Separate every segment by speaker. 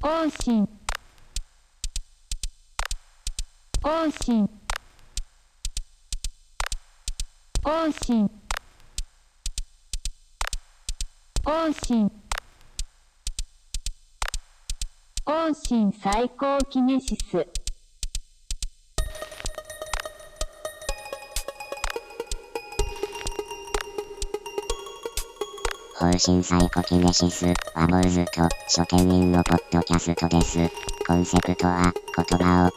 Speaker 1: 更新更新更新更新更新最高キネシス
Speaker 2: 更新サイコキネシス、ワモーズと書店員のポッドキャストです。コンセプトは、言葉を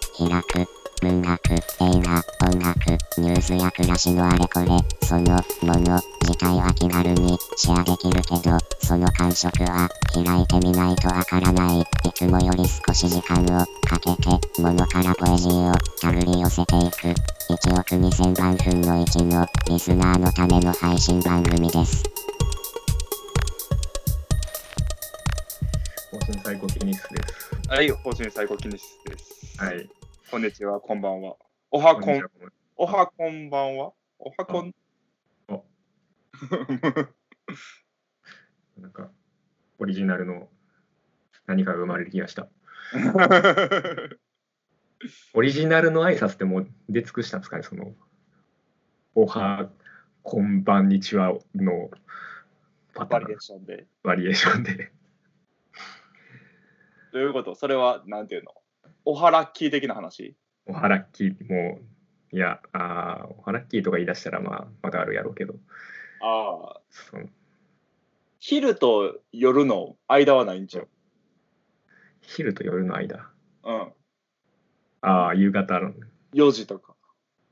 Speaker 2: 開く、文学、映画、音楽、ニュースや暮らしのあれこれ、そのもの自体は気軽にシェアできるけど、その感触は開いてみないとわからない。いつもより少し時間をかけて、物からポエジーをたぐり寄せていく。1億2000万分の1のリスナーのための配信番組です。
Speaker 3: 更新最高テニスです。
Speaker 4: はい、方針最高記念室です。
Speaker 3: は。い。
Speaker 4: こんにちは、こんばんは。おはこ
Speaker 3: こんに
Speaker 4: ん
Speaker 3: ち、は
Speaker 4: おはこんばんは。おはこん。
Speaker 3: お
Speaker 4: う
Speaker 3: なんか、オリジナルの何かが生まれてきました。オリジナルの挨拶ってもう出尽くしたんですかね、その、おは、こんばんにちはのパタ
Speaker 4: バ
Speaker 3: ー
Speaker 4: リエ
Speaker 3: ン
Speaker 4: ー、ションで。
Speaker 3: バリエーションで。
Speaker 4: どういうことそれは、なんていうのおはらっきー的な話
Speaker 3: おはらっきーもう、いや、あーおはらっきーとか言い出したら、まあ、またあるやろうけど、
Speaker 4: ああ、
Speaker 3: その
Speaker 4: 昼と夜の間はないんちゃう
Speaker 3: 昼と夜の間、
Speaker 4: うん。
Speaker 3: ああ、夕方の、
Speaker 4: 4時とか。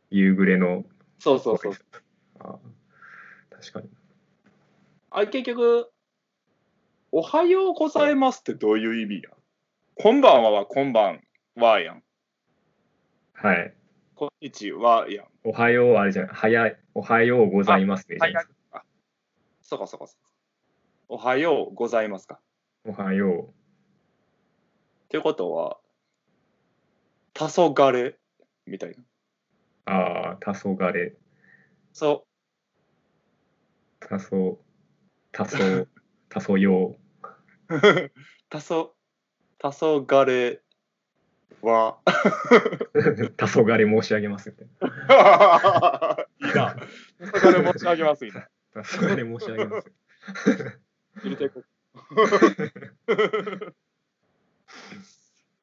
Speaker 3: 夕暮れの、
Speaker 4: そうそうそう。
Speaker 3: あー確かに。
Speaker 4: あれ、結局、おはようございますってどういう意味やこんばんはは、こんばんはやん。
Speaker 3: はい。
Speaker 4: こんにちはやん。
Speaker 3: おはよう、あれじゃん、早い、おはようございますね。
Speaker 4: はい
Speaker 3: じゃない
Speaker 4: あそうかそうかそうか。おはようございますか。
Speaker 3: おはよ
Speaker 4: ということは、黄昏みたいな。
Speaker 3: う、ああ、たそがれ、
Speaker 4: そ
Speaker 3: たそ、たそ、 たそよ
Speaker 4: う。 黄昏は。
Speaker 3: う、 たそがれ申し上げますみたい
Speaker 4: いいな。黄昏申し上げますみたいな。
Speaker 3: な。 たそがれ申し上げます。
Speaker 4: 入れていこう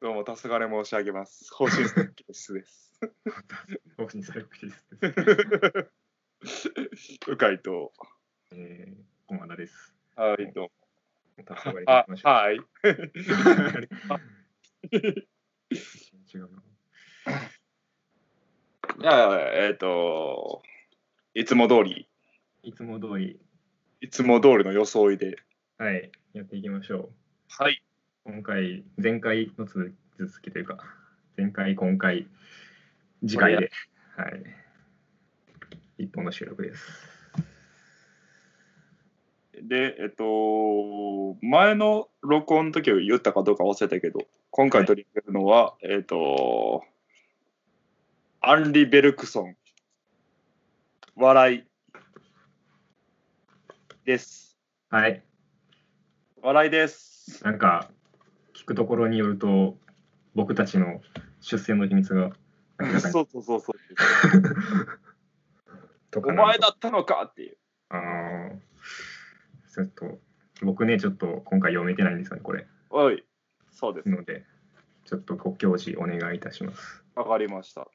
Speaker 4: どうも、黄昏申し上げます。方針室です。
Speaker 3: おにされくです。
Speaker 4: うかいと。
Speaker 3: えー、駒田です。
Speaker 4: はい、どうも。
Speaker 3: たそがれ行
Speaker 4: あ
Speaker 3: きま しょう。
Speaker 4: はい。
Speaker 3: 違うな。
Speaker 4: じゃあ、えっ、と、いつも通り、
Speaker 3: いつも通り、
Speaker 4: いつも通りの装いで。
Speaker 3: はい、やっていきましょう。
Speaker 4: はい。
Speaker 3: 今回、前回の続き続きというか、前回、今回、次回で、はい、一本の収録です。
Speaker 4: で、えっ、と、前の録音の時は言ったかどうか忘れたけど、今回取り上げるのは、えっ、と、アンリ・ベルクソン、笑いです。
Speaker 3: はい、
Speaker 4: 笑い です。
Speaker 3: なんか、聞くところによると、僕たちの出世の秘密 が明らかに
Speaker 4: そうそうそうそう。
Speaker 3: と
Speaker 4: お
Speaker 3: な
Speaker 4: 前だったのかっていう。
Speaker 3: あーちょっと、僕ね、ちょっと今回読めてないんですよね、これ。
Speaker 4: おい、そうです。
Speaker 3: ので、ちょっとご教示お願いいたし ます。
Speaker 4: わかりました。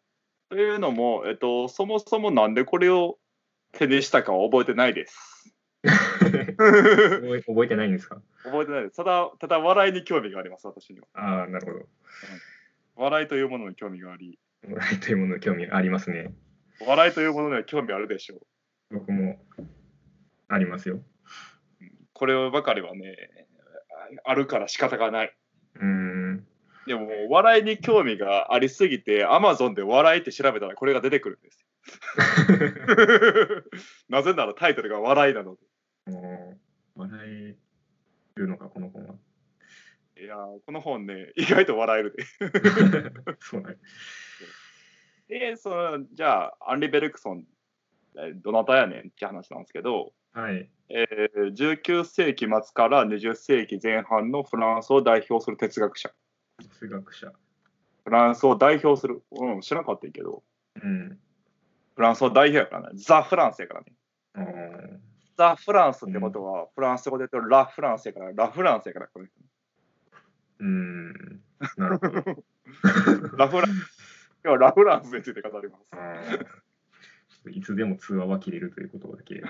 Speaker 4: というのも、えっと、そもそもなんでこれを手にしたかは覚えてない です。覚
Speaker 3: 覚え覚えてないんですか
Speaker 4: えてないです。ただ、ただ笑いに興味があります、私には。
Speaker 3: ああ、なるほど。
Speaker 4: 笑いというものに興味があり、
Speaker 3: ライというものに興味ありますね。
Speaker 4: 笑いというものには興味あるでしょう。
Speaker 3: 僕もありますよ。
Speaker 4: こればかりはね、ああるから仕方がない。
Speaker 3: うーん。
Speaker 4: でも、笑いに興味がありすぎて、Amazon で笑いって調べたらこれが出てくるんですよ。なぜならタイトルが笑いなの
Speaker 3: もう笑えるのか、この本は。
Speaker 4: で。いやー、この本ね、意外と笑えるで。
Speaker 3: そうなん
Speaker 4: で、そのじゃあ、アンリ・ベルクソン、えどなたやねんって話なんですけど、
Speaker 3: はい。
Speaker 4: えー19世紀末から20世紀前半のフランスを代表する哲学者。
Speaker 3: 数学者。
Speaker 4: フランスを代表する、うん、知らなかったけど、
Speaker 3: うん。
Speaker 4: フランスを代表やからね、ザ・フランスやからね。
Speaker 3: あー
Speaker 4: ザ・フランスってことは、フランス語で言うとラ・フランスやから、ラ・フランスやから、これ
Speaker 3: うん。なるほど。
Speaker 4: ラ・フランス。今日はラ・フランスについて語ります
Speaker 3: あ。ーちょっといつでも通話は切れるということだけ。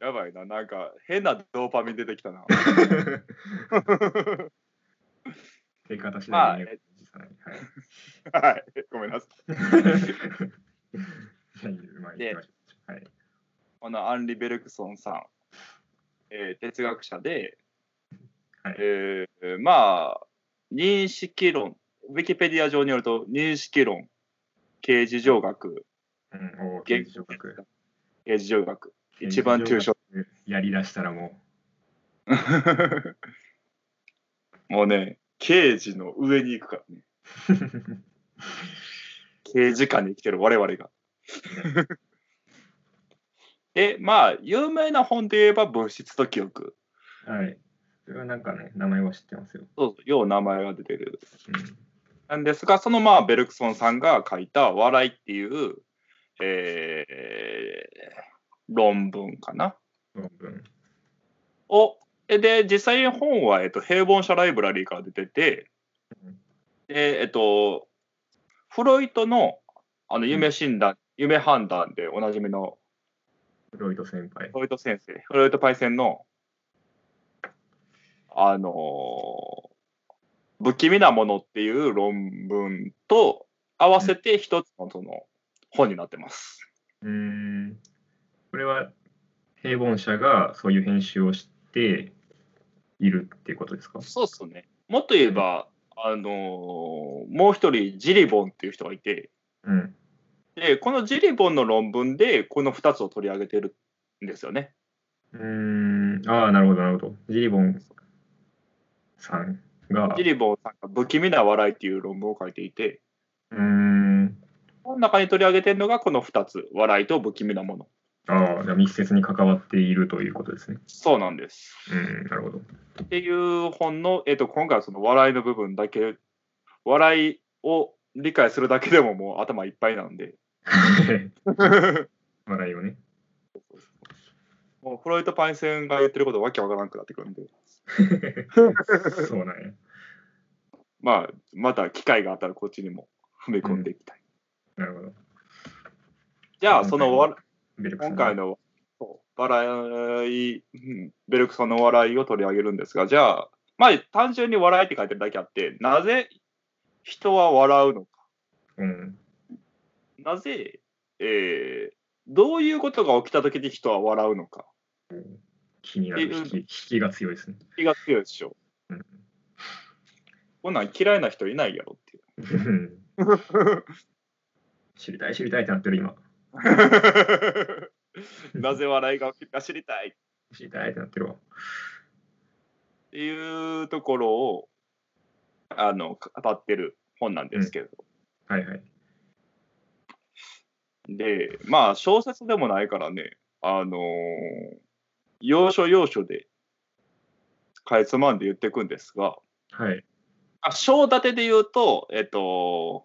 Speaker 4: やばいな、なんか変なドーパミン出てきたな。
Speaker 3: っていう形で、
Speaker 4: まあ
Speaker 3: はい。
Speaker 4: はい、ごめんなさい。
Speaker 3: じゃあまあ、行きましょう。はい。
Speaker 4: このアンリ・ベルクソンさん、えー哲学者で、
Speaker 3: はい
Speaker 4: えーまあ、認識論、ウィキペディア上によると、認識論、刑事上学、
Speaker 3: うん、おー
Speaker 4: 言
Speaker 3: 刑事上学。
Speaker 4: 刑事上学、 一番抽象。
Speaker 3: やりだしたらも
Speaker 4: もうね、刑事の上に行くからね、
Speaker 3: う。
Speaker 4: 刑事下に生きてる我 々が。で、まあ、有名な本で言えば、物質と記憶、
Speaker 3: はい。それはなんかね、名前は知ってますよ。
Speaker 4: そうそう、よう名前が出てる
Speaker 3: うん
Speaker 4: なんですが、そのまあベルクソンさんが書いた「笑い」っていう、えー論文かな。
Speaker 3: 論文。
Speaker 4: をえで、実際に本は、えっと、平凡者ライブラリーから出てて
Speaker 3: うん、
Speaker 4: でえっと、フロイトのあの夢診断、夢判断でおなじみの
Speaker 3: フロイト先輩
Speaker 4: フ。ロイト先生、フロイトパイセンの、あのー不気味なものっていう論文と合わせて一つのその本になってます。
Speaker 3: うーん。これは平凡者がそういう編集をしているっていうことですか
Speaker 4: そうっすね。もっと言えば、あのーもう一人、ジリボンっていう人がいて、
Speaker 3: うん。
Speaker 4: で、このジリボンの論文で、この2つを取り上げてるんですよね。
Speaker 3: うーん。ああ、なるほど、なるほど。ジリボンさんが。
Speaker 4: ジリボンさんが不気味な笑いっていう論文を書いていて、
Speaker 3: うーん。
Speaker 4: この中に取り上げてるのがこの2つ、笑いと不気味なもの。
Speaker 3: ああ、じゃあ密接に関わっているということですね。
Speaker 4: そうなんです。
Speaker 3: うん、なるほ ど。
Speaker 4: っていう本の、えっと今回はその笑いの部分だけ、笑いを理解するだけでももう頭いっぱいなんで、
Speaker 3: 笑いをね。
Speaker 4: もうフロイト・パイセンが言ってることわけわからなくなってくるんで、
Speaker 3: そうなんや。
Speaker 4: まあ、また機会があったらこっちにも踏み込んでいきたい。
Speaker 3: なるほど。
Speaker 4: じゃあ、そのわ
Speaker 3: ベルクさん
Speaker 4: 今回。のそう笑い、うんベルクソンの笑いを取り上げるんですが、じゃあ、まあ、単純に笑いって書いてるだけあって、なぜ人は笑うのか
Speaker 3: うん。
Speaker 4: なぜ、えーどういうことが起きた時に人は笑うのか。
Speaker 3: 気になる。引き引きが強い ですね。
Speaker 4: 気が強いでしょ
Speaker 3: うん。
Speaker 4: こんなん嫌いな人いないやろっていう。
Speaker 3: うん知りたい、知りたいってなってる今。
Speaker 4: なぜ笑いが起きるか知りたいっ
Speaker 3: 知りたいってなってるわ。
Speaker 4: ていうところをあの語ってる本なんですけど。
Speaker 3: はいはい。
Speaker 4: で、まあ小説でもないからね、あのー要所要所でかいつまんで言っていくんですが、
Speaker 3: はい。
Speaker 4: あ、章立てで言うと、えっと、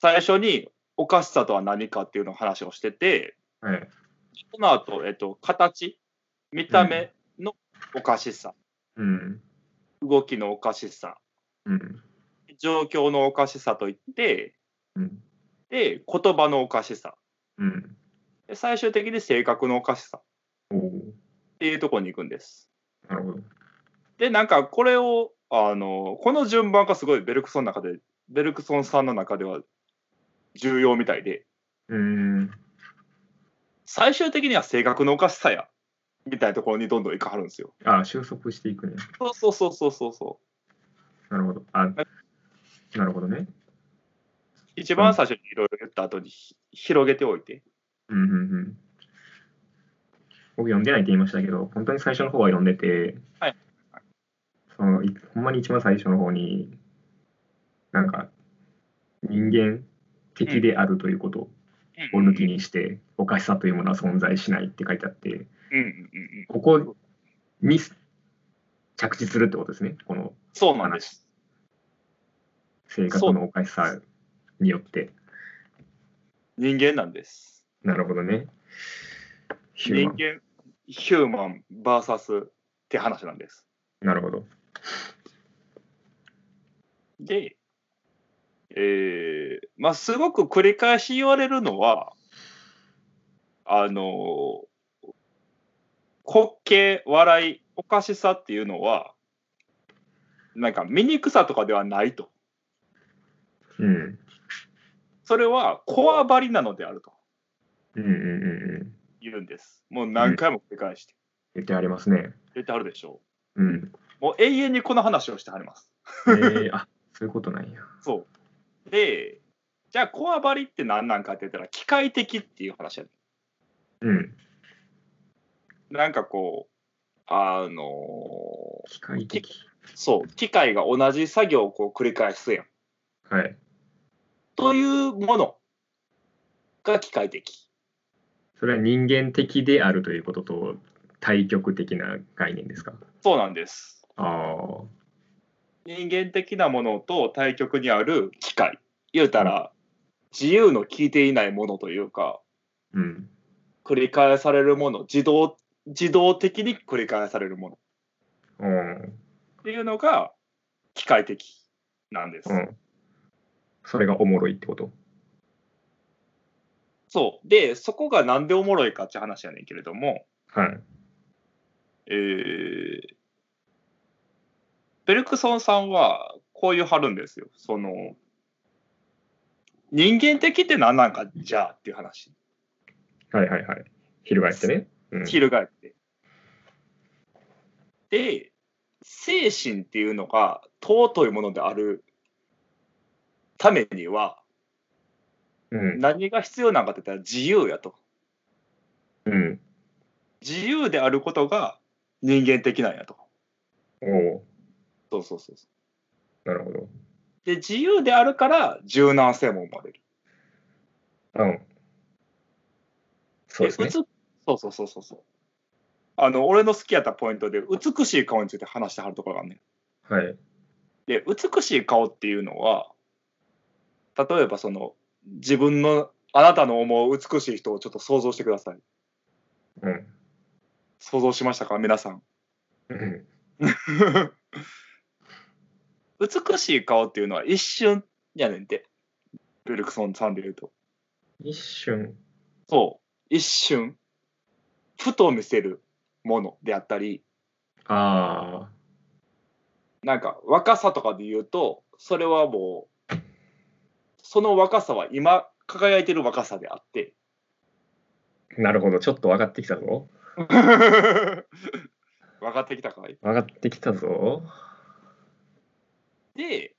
Speaker 4: 最初におかしさとは何かっていうのを話をしてて、
Speaker 3: はい。
Speaker 4: その後、えっと、形、見た目のおかしさ、
Speaker 3: うん。
Speaker 4: 動きのおかしさ、
Speaker 3: うん。
Speaker 4: 状況のおかしさといって、
Speaker 3: うん。
Speaker 4: で、言葉のおかしさ、
Speaker 3: うん。
Speaker 4: で最終的に性格のおかしさっ
Speaker 3: おお。
Speaker 4: ていうところに行くんです。
Speaker 3: なるほど。
Speaker 4: で、なんかこれを、あの、この順番がすごいベルクソンの中で、ベルクソンさんの中では重要みたいで、
Speaker 3: うーん。
Speaker 4: 最終的には性格のおかしさや、みたいなところにどんどん行かはるんですよ。
Speaker 3: あ、収束していくね。
Speaker 4: そうそうそうそうそうそう。
Speaker 3: なるほど。あ、なるほどね。
Speaker 4: 一番最初にいろいろ言った後にひ広げておいて。
Speaker 3: うんうんうん。僕読んでないって言いましたけど、本当に最初の方は読んでて、
Speaker 4: はい
Speaker 3: そのいほんまに一番最初の方に、なんか、人間的であるということを抜きにして、おかしさというものは存在しないって書いてあって、
Speaker 4: うんうんうんうん
Speaker 3: ここに着地するってことですね、この
Speaker 4: そうなんです。
Speaker 3: 性格のおかしさによって。
Speaker 4: 人間なんです。
Speaker 3: なるほどね。ヒューマン
Speaker 4: 人間、ヒューマン VS って話なんです。
Speaker 3: なるほど。
Speaker 4: で、えー、まあ、すごく繰り返し言われるのは、あのー滑稽、笑い、おかしさっていうのは、なんか醜さとかではないと。
Speaker 3: うん。
Speaker 4: それは、こわばりなのであると
Speaker 3: うんうんうんうん。
Speaker 4: 言うんです。もう何回も繰り返して。
Speaker 3: 言ってありますね。
Speaker 4: 言ってあるでしょ
Speaker 3: うん。
Speaker 4: う。もう永遠にこの話をしてはります。
Speaker 3: えー、あそういうことなんや。
Speaker 4: そう。で、じゃあ、こわばりって何なんかって言ったら、機械的っていう話やね
Speaker 3: うん。
Speaker 4: なんかこう、あの
Speaker 3: 機械的。
Speaker 4: ーそう、機械が同じ作業をこう繰り返すやん。
Speaker 3: はい。
Speaker 4: というものが機械的。
Speaker 3: それは人間的であるということと対極的な概念ですか
Speaker 4: そうなんです。
Speaker 3: あ
Speaker 4: 人間的なものと対極にある機械。言うたら、自由の効いていないものというか、
Speaker 3: ーうん。
Speaker 4: 繰り返されるもの、自動、自動的に繰り返されるもの
Speaker 3: おー
Speaker 4: っていうのが機械的なんです。
Speaker 3: うん。それがおもろいってこと
Speaker 4: そう。で、そこがなんでおもろいかって話やねんけれども、
Speaker 3: はい。
Speaker 4: えーベルクソンさんはこう言うはるんですよ。その、人間的って何なんかじゃあっていう話。
Speaker 3: はいはいはい。翻ってね。うん、
Speaker 4: 翻って。で、精神っていうのが尊いものであるためには、
Speaker 3: うん。
Speaker 4: 何が必要なのかって言ったら自由やと。
Speaker 3: うん。
Speaker 4: 自由であることが人間的なんやと。
Speaker 3: おお
Speaker 4: そうそうそうそう。
Speaker 3: ーなるほど。
Speaker 4: で、自由であるから柔軟性も生まれる。
Speaker 3: うん。そうですね
Speaker 4: う。つそうそうそうそうそう。あの、俺の好きやったポイントで、美しい顔について話してはるところがあるね
Speaker 3: はい。
Speaker 4: ん。で、美しい顔っていうのは、例えばその、自分の、あなたの思う美しい人をちょっと想像してください。
Speaker 3: うん。
Speaker 4: 想像しましたか皆さん。
Speaker 3: うん
Speaker 4: 美しい顔っていうのは一瞬やねんて。ベルクソンさんで言うと。
Speaker 3: 一瞬。
Speaker 4: そう。一瞬。ふと見せるものであったり、
Speaker 3: ああ。
Speaker 4: なんか若さとかで言うとそれはもうその若さは今輝いてる若さであって
Speaker 3: なるほど。ちょっと分かってきたぞ。
Speaker 4: 分かってきたかい
Speaker 3: 分かってきたぞ。
Speaker 4: で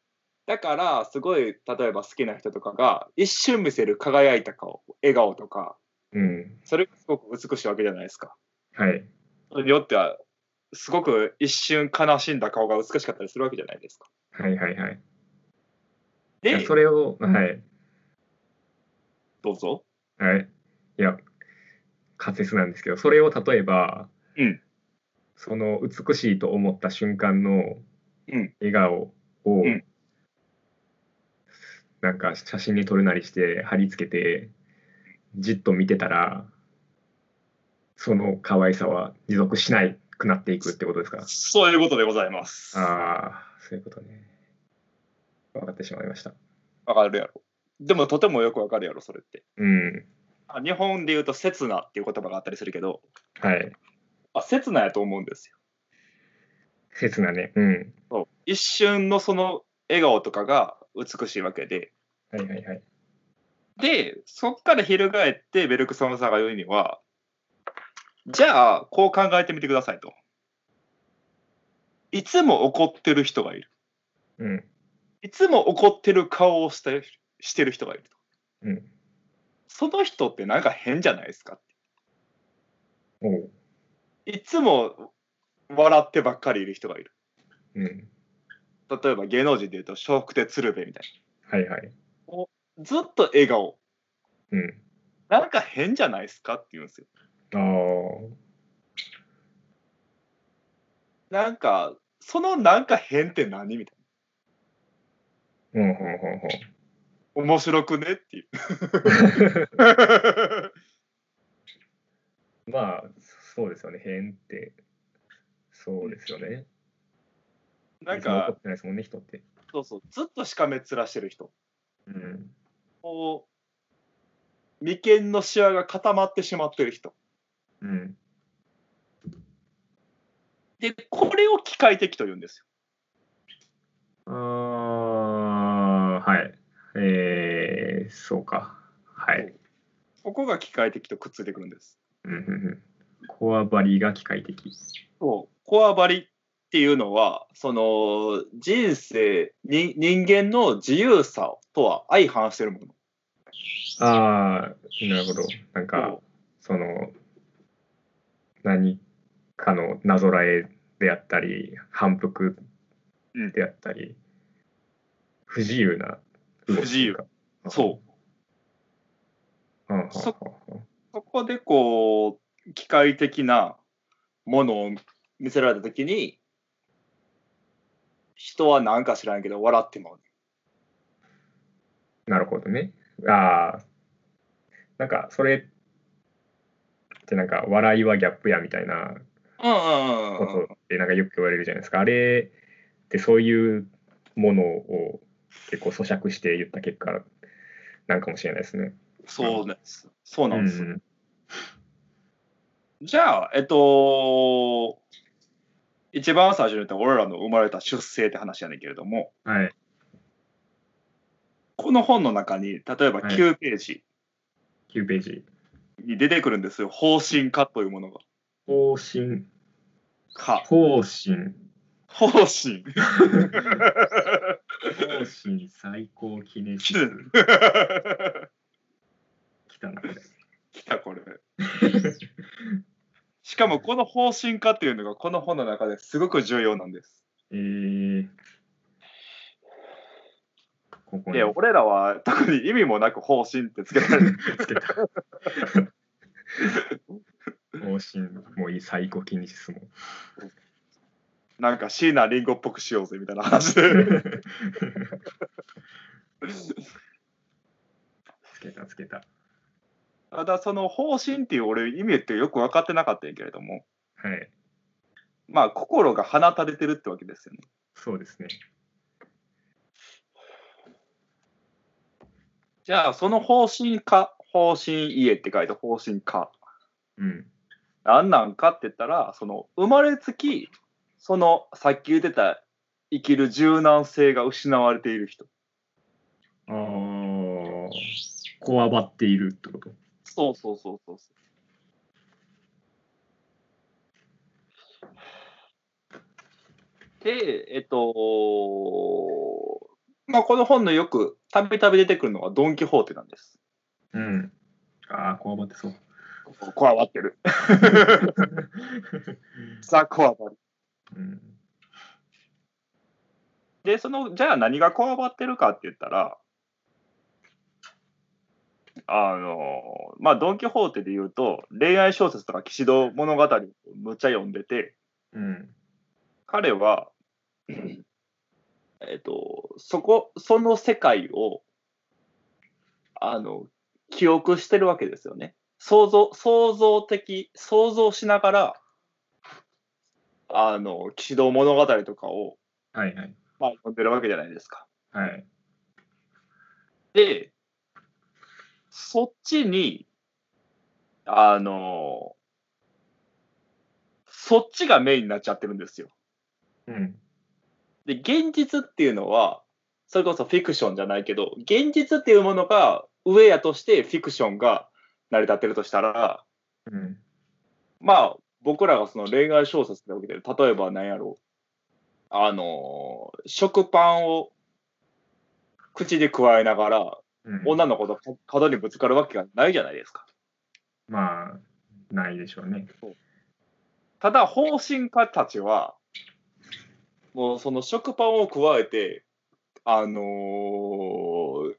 Speaker 4: だからすごい例えば好きな人とかが一瞬見せる輝いた顔笑顔とか
Speaker 3: うん。
Speaker 4: それがすごく美しいわけじゃないですか
Speaker 3: はい。
Speaker 4: それによってはすごく一瞬悲しんだ顔が美しかったりするわけじゃないですか
Speaker 3: はいはいはい。いや
Speaker 4: で
Speaker 3: それを、はい。
Speaker 4: どうぞ
Speaker 3: はい。いや、仮説なんですけど、それを例えば、
Speaker 4: うん
Speaker 3: その美しいと思った瞬間の
Speaker 4: うん
Speaker 3: 笑顔を、
Speaker 4: ん
Speaker 3: なんか写真に撮るなりして貼り付けて、じっと見てたら、その可愛さは持続しないくなっていくってことですか。
Speaker 4: そういうことでございます
Speaker 3: ああ、そういうことね。分かってしまいました。
Speaker 4: わかるやろでもとてもよくわかるやろそれって
Speaker 3: うん。
Speaker 4: あ日本で言うと「刹那」っていう言葉があったりするけど
Speaker 3: はい。
Speaker 4: あ刹那やと思うんですよ
Speaker 3: 刹那ね。うん。
Speaker 4: そう一瞬のその笑顔とかが美しいわけで
Speaker 3: はいはいはい。
Speaker 4: でそっから翻ってベルクソンさんが言うにはじゃあこう考えてみてくださいといつも怒ってる人がいる
Speaker 3: うん。
Speaker 4: いつも怒ってる顔をしてしてる人がいると
Speaker 3: うん。
Speaker 4: その人ってなんか変じゃないですか
Speaker 3: おう。
Speaker 4: いつも笑ってばっかりいる人がいる
Speaker 3: うん。
Speaker 4: 例えば芸能人で言うと笑福亭鶴瓶みたいな
Speaker 3: はいはい。
Speaker 4: ずっと笑顔
Speaker 3: うん。
Speaker 4: なんか変じゃないですかって言うんですよ。
Speaker 3: あー
Speaker 4: なんか、そのなんか変って何みたい
Speaker 3: うんうんうんうん
Speaker 4: な。面白くねっていう。
Speaker 3: まあ、そうですよね。変って。そうですよね。
Speaker 4: なん
Speaker 3: いつも怒っ、
Speaker 4: か
Speaker 3: てないですもんね、人って。
Speaker 4: そうそう、ずっとしかめっ面してる人。
Speaker 3: うん。
Speaker 4: こう、眉間のシワが固まってしまってる人。
Speaker 3: うん。
Speaker 4: で、これを機械的と言うんですよ。
Speaker 3: ああ、はい。えー、そうか。はい。
Speaker 4: ここが機械的とくっついてくるんです。
Speaker 3: うんうんうん。コアバリが機械的。
Speaker 4: そうコアバリっていうのはその人生に人間の自由さとは相反してるもの
Speaker 3: ああ、なるほど。なんか
Speaker 4: そ、
Speaker 3: その、何かのなぞらえであったり、反復であったり、不自由な動き
Speaker 4: 不自
Speaker 3: とい
Speaker 4: 由
Speaker 3: うか。。
Speaker 4: そう
Speaker 3: んうんうんうん
Speaker 4: そそこでこう機械的なものを見せられた時に人は何か知らんけど笑ってまう
Speaker 3: なるほどね。ああ。なんか、それってなんか、笑いはギャップやみたいな
Speaker 4: うんうん
Speaker 3: こ
Speaker 4: うん
Speaker 3: とってなんかよく言われるじゃないですか。あれってそういうものを結構咀嚼して言った結果なんかもしれないですね。
Speaker 4: そうなんですそう
Speaker 3: う
Speaker 4: なんです、
Speaker 3: ん、
Speaker 4: じゃあえっと一番最初に言った俺らの生まれた出生って話やねんけれども、
Speaker 3: はい。
Speaker 4: この本の中に例えば
Speaker 3: はい
Speaker 4: 9ページ
Speaker 3: 9ページ。
Speaker 4: に出てくるんですよ、方針化というものが。
Speaker 3: 方針。
Speaker 4: か
Speaker 3: 方針。
Speaker 4: 方針
Speaker 3: 方針最高記念
Speaker 4: 来
Speaker 3: 日。来たな、これ。
Speaker 4: たこ れ。しかもこの方針化っていうのがこの本の中ですごく重要なんです。
Speaker 3: えー。ここに
Speaker 4: で俺らは特に意味もなく方針ってつけられ る。
Speaker 3: つけた。方針もいい、最高記念日ですもん。
Speaker 4: なんか椎名林檎っぽくしようぜみたいな話で。
Speaker 3: つけたつけた。
Speaker 4: ただその方針っていう俺意味ってよく分かってなかったんやけれども、
Speaker 3: はい。
Speaker 4: まあ心が放たれてるってわけですよね。
Speaker 3: そうですね。
Speaker 4: じゃあ、その方針か、方針家って書いて方針か、
Speaker 3: うん。
Speaker 4: 何なんかって言ったら、その生まれつき、そのさっき言ってた生きる柔軟性が失われている人。
Speaker 3: ああ、こわばっているってこと。
Speaker 4: そうそうそうそうそう。で、えっと、まあ、この本のよくたびたび出てくるのはドン・キホーテなんです。
Speaker 3: うん。ああ、こわばってそう。
Speaker 4: こわばってる。ザ・コアバ
Speaker 3: うん。
Speaker 4: で、その、じゃあ何がこわばってるかって言ったら、あの、まあ、ドン・キホーテで言うと、恋愛小説とか騎士道物語をむっちゃ読んでて、
Speaker 3: うん。
Speaker 4: 彼は、えっと、そこ、その世界を、あの、記憶してるわけですよね。想像、想像的、想像しながら、あの、騎士道物語とかを、
Speaker 3: はいはい。
Speaker 4: まあ、読んでるわけじゃないですか。
Speaker 3: はい。
Speaker 4: で、そっちに、あの、そっちがメインになっちゃってるんですよ。
Speaker 3: うん。
Speaker 4: で、現実っていうのは、それこそフィクションじゃないけど、現実っていうものが上やとしてフィクションが成り立ってるとしたら、
Speaker 3: うん。
Speaker 4: まあ、僕らがその恋愛小説で受けてる、例えば何やろう、あの、食パンを口でくわえながら、
Speaker 3: うん、
Speaker 4: 女の子と角にぶつかるわけがないじゃないですか。
Speaker 3: まあ、ないでしょうね。
Speaker 4: ただ、方針家たちは、もうその食パンを加えて、あのー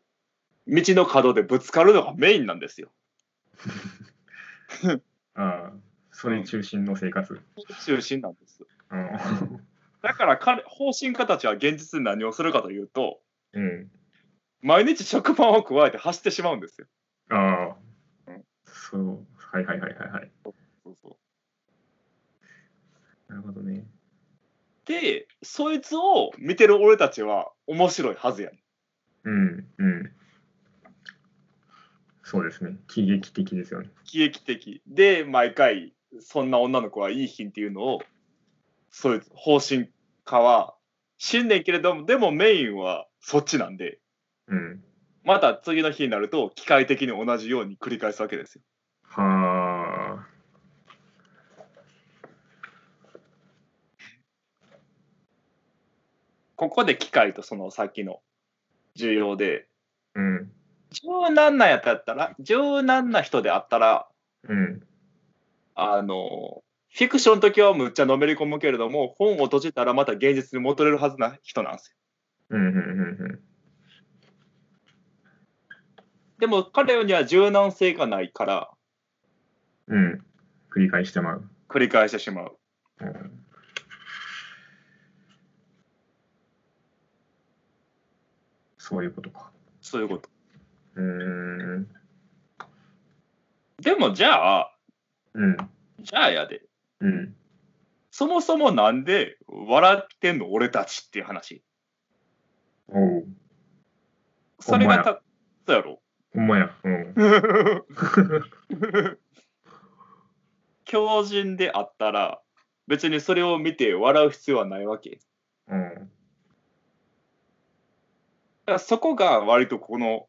Speaker 4: 道の角でぶつかるのがメインなんですよ。
Speaker 3: ああそれ中心の生活。
Speaker 4: 中心なんです。
Speaker 3: うん。
Speaker 4: だから彼、方針家たちは現実に何をするかというと、
Speaker 3: うん。
Speaker 4: 毎日食パンを加えて走ってしまうんですよ。
Speaker 3: ああ
Speaker 4: うん。
Speaker 3: そう。はいはいはいはいはい。
Speaker 4: そうそう
Speaker 3: なるほどね。
Speaker 4: で、そいつを見てる俺たちは面白いはずやね
Speaker 3: うんうん。そうですね。喜劇的ですよね。
Speaker 4: 喜劇的で毎回そんな女の子はいい品っていうのをそういう方針家は信念けれどもでもメインはそっちなんで
Speaker 3: うん。
Speaker 4: また次の日になると機械的に同じように繰り返すわけですよ
Speaker 3: はあ。
Speaker 4: ここで機械とその先の重要で
Speaker 3: うん
Speaker 4: 柔軟なやつやったら柔軟な人であったら
Speaker 3: うん
Speaker 4: あのフィクションの時はむっちゃのめり込むけれども本を閉じたらまた現実に戻れるはずな人なんですよ
Speaker 3: うんうんうん
Speaker 4: でも彼には柔軟性がないから
Speaker 3: うんうん。繰り返してまう。
Speaker 4: 繰り返してしまう。
Speaker 3: うんそういうことか。
Speaker 4: そういうこと。
Speaker 3: うーん。
Speaker 4: でもじゃあ、
Speaker 3: うん。
Speaker 4: じゃあやで。
Speaker 3: うん。
Speaker 4: そもそもなんで笑ってんの俺たちっていう話。
Speaker 3: おう。
Speaker 4: それが
Speaker 3: ほんま
Speaker 4: た、そうやろ。
Speaker 3: ほんまや。うん。
Speaker 4: 強靭であったら、別にそれを見て笑う必要はないわけ。
Speaker 3: うん。
Speaker 4: だからそこが割とこの、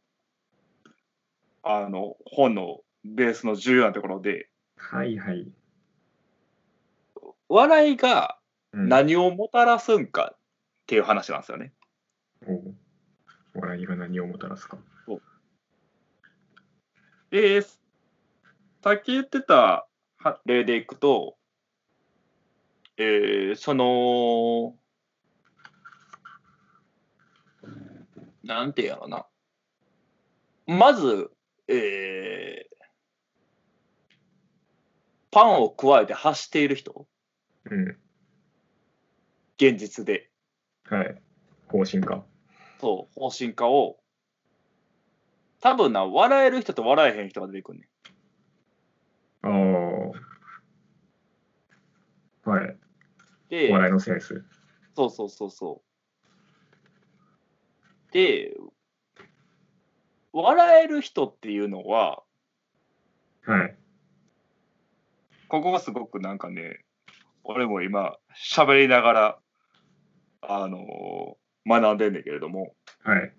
Speaker 4: あの、本のベースの重要なところで、
Speaker 3: はいはい。
Speaker 4: 笑いが
Speaker 3: うん、
Speaker 4: 何をもたらすんかっていう話なんですよね。
Speaker 3: おう笑いが何をもたらすか。
Speaker 4: で、さっき言ってたは例でいくと、えーその、なんて言うのな。まず、えーパンを加えて発している人、
Speaker 3: うん。
Speaker 4: 現実で、
Speaker 3: はい。方針か。
Speaker 4: そう、方針家を、多分な、笑える人と笑えへん人が出てくるねん。
Speaker 3: ああ。はい。
Speaker 4: で、
Speaker 3: お笑いのセンス。
Speaker 4: そうそうそうそう。で、笑える人っていうのは、
Speaker 3: はい。
Speaker 4: ここがすごくなんかね、俺も今、喋りながら、あのー学んでんだけれども、
Speaker 3: はい。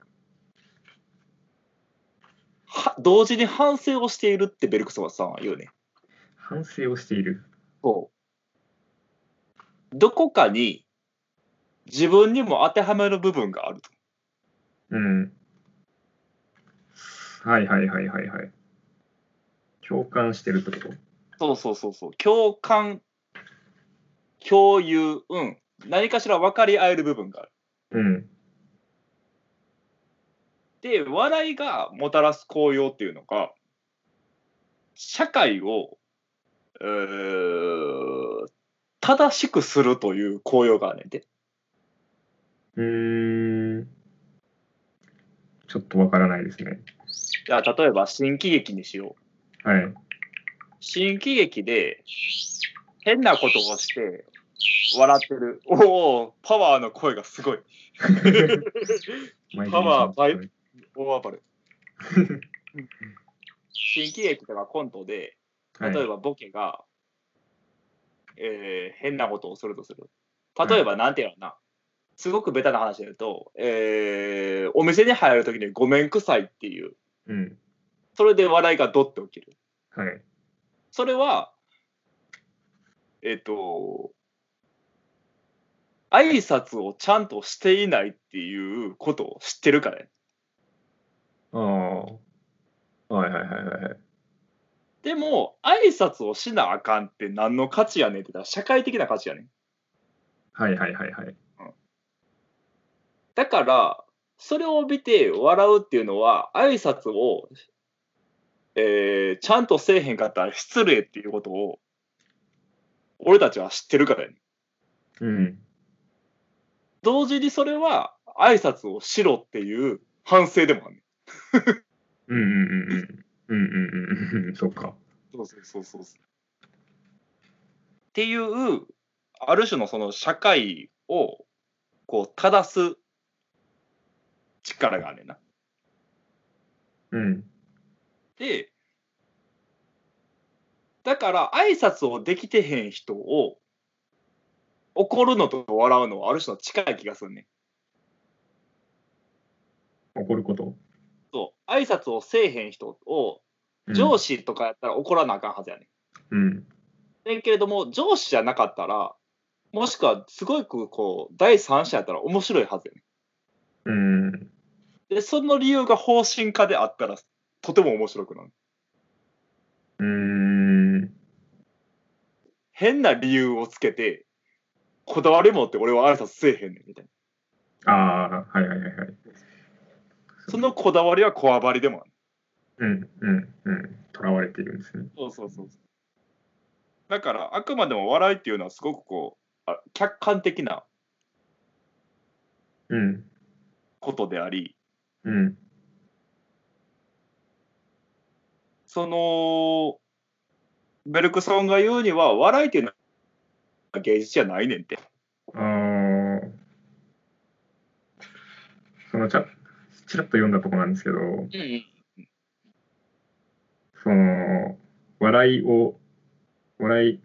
Speaker 4: は同時に反省をしているってベルクソワさんは言うね。
Speaker 3: 反省をしている。
Speaker 4: そう。どこかに自分にも当てはめる部分があると。
Speaker 3: うん。はいはいはいはいはい。共感してるってこと
Speaker 4: そうそうそうそう。共感、共有、うん。何かしら分かり合える部分がある。
Speaker 3: うん。
Speaker 4: で、笑いがもたらす効用っていうのが、社会を、えー正しくするという効用があるねんて。
Speaker 3: うーん。ちょっとわからないですね。
Speaker 4: じゃあ、例えば新喜劇にしよう。
Speaker 3: はい。
Speaker 4: 新喜劇で、変なことをして、笑ってる。おお、パワーの声がすごい。パワーバイ大暴れ。新喜劇とかコントで、
Speaker 3: はい。
Speaker 4: 例えばボケが、えー変なことをするとする。例えば、なんていうのかな、すごくベタな話で言うと、えーお店に入るときにごめんくさいっていう、
Speaker 3: うん。
Speaker 4: それで笑いがドッて起きる。
Speaker 3: はい。
Speaker 4: それは、えっ、と、挨拶をちゃんとしていないっていうことを知ってるからね。
Speaker 3: ああ。はいはいはいはいはい。
Speaker 4: でも、挨拶をしなあかんって何の価値やねんって言ったら社会的な価値やねん。
Speaker 3: はいはいはいはい。
Speaker 4: だから、それを見て笑うっていうのは、挨拶をえーちゃんとせえへんかったら失礼っていうことを、俺たちは知ってるからやねん。
Speaker 3: うん。
Speaker 4: 同時にそれは、挨拶をしろっていう反省でもあるねん。
Speaker 3: うんうんうんうん。うんうんうんうん。そっか。
Speaker 4: そうそうそうそう。っていう、ある種のその社会を、こう、正す力があるねんな。
Speaker 3: うん。
Speaker 4: で、だから挨拶をできてへん人を怒るのと笑うのはある種の近い気がするねん。
Speaker 3: 怒ること。
Speaker 4: そう。挨拶をせえへん人を
Speaker 3: うん
Speaker 4: 上。司とかやったら怒らなあかんはずやねん。
Speaker 3: うん。
Speaker 4: ねんけれども上司じゃなかったらもしくはすごくこう第三者やったら面白いはずやね
Speaker 3: うん。
Speaker 4: ん。で、その理由が方針化であったらとても面白くなる。
Speaker 3: うん。
Speaker 4: 変な理由をつけてこだわり持って俺は挨拶せえへんねんみたいな。
Speaker 3: ああ、はいはいはいはい。
Speaker 4: そのこだわりはこわばりでもある。
Speaker 3: うんうんうん。囚われているんですね。
Speaker 4: そうそうそうそう。だから、あくまでも笑いっていうのはすごくこう、あ客観的な
Speaker 3: うん。
Speaker 4: ことであり、
Speaker 3: うん。
Speaker 4: その、ベルクソンが言うには、笑いっていうのは芸術じゃないねんって。
Speaker 3: ああ。そのちゃ、ちらっと読んだとこなんですけど、その、笑いを、笑い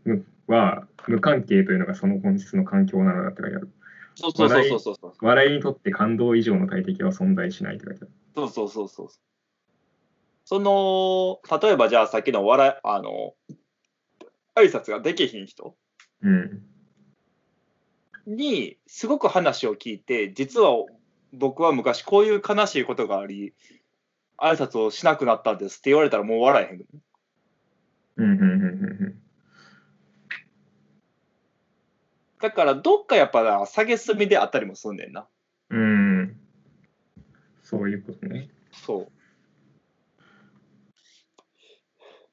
Speaker 3: は無関係というのがその本質の環境なのだって書いてある。
Speaker 4: そうそうそうそうそう。
Speaker 3: 笑いにとって感動以上の大敵は存在しないって書いてある。
Speaker 4: そうそうそうそう。その、例えばじゃあさっきの笑い、あの、挨拶ができひん人
Speaker 3: うん。
Speaker 4: にすごく話を聞いて実は僕は昔こういう悲しいことがあり挨拶をしなくなったんですって言われたらもう笑えへん
Speaker 3: うんうんうん
Speaker 4: だからどっかやっぱな下げすみであったりもすんねんな
Speaker 3: うんうん。うん。そういうことね。
Speaker 4: そう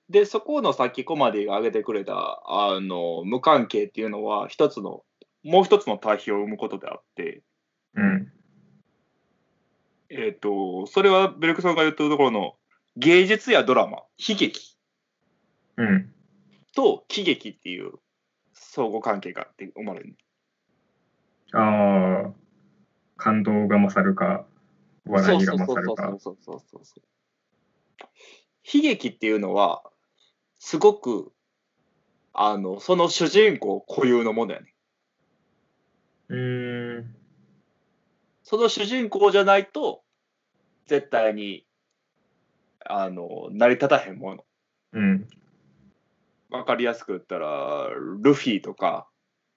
Speaker 4: でそこのさっきコマディが挙げてくれたあの無関係っていうのは一つのもう一つの対比を生むことであって
Speaker 3: うん。
Speaker 4: えっ、とそれはベルクソンが言ってるところの芸術やドラマ悲劇
Speaker 3: うん。
Speaker 4: と喜劇っていう相互関係があって生まれる、
Speaker 3: ああ。感動が勝るか、笑いが勝るか。
Speaker 4: そうそうそうそうそう悲劇っていうのはすごくあのその主人公固有のものやね
Speaker 3: うーん。
Speaker 4: その主人公じゃないと絶対にあの成り立たへんもの
Speaker 3: うん。
Speaker 4: わかりやすく言ったらルフィとか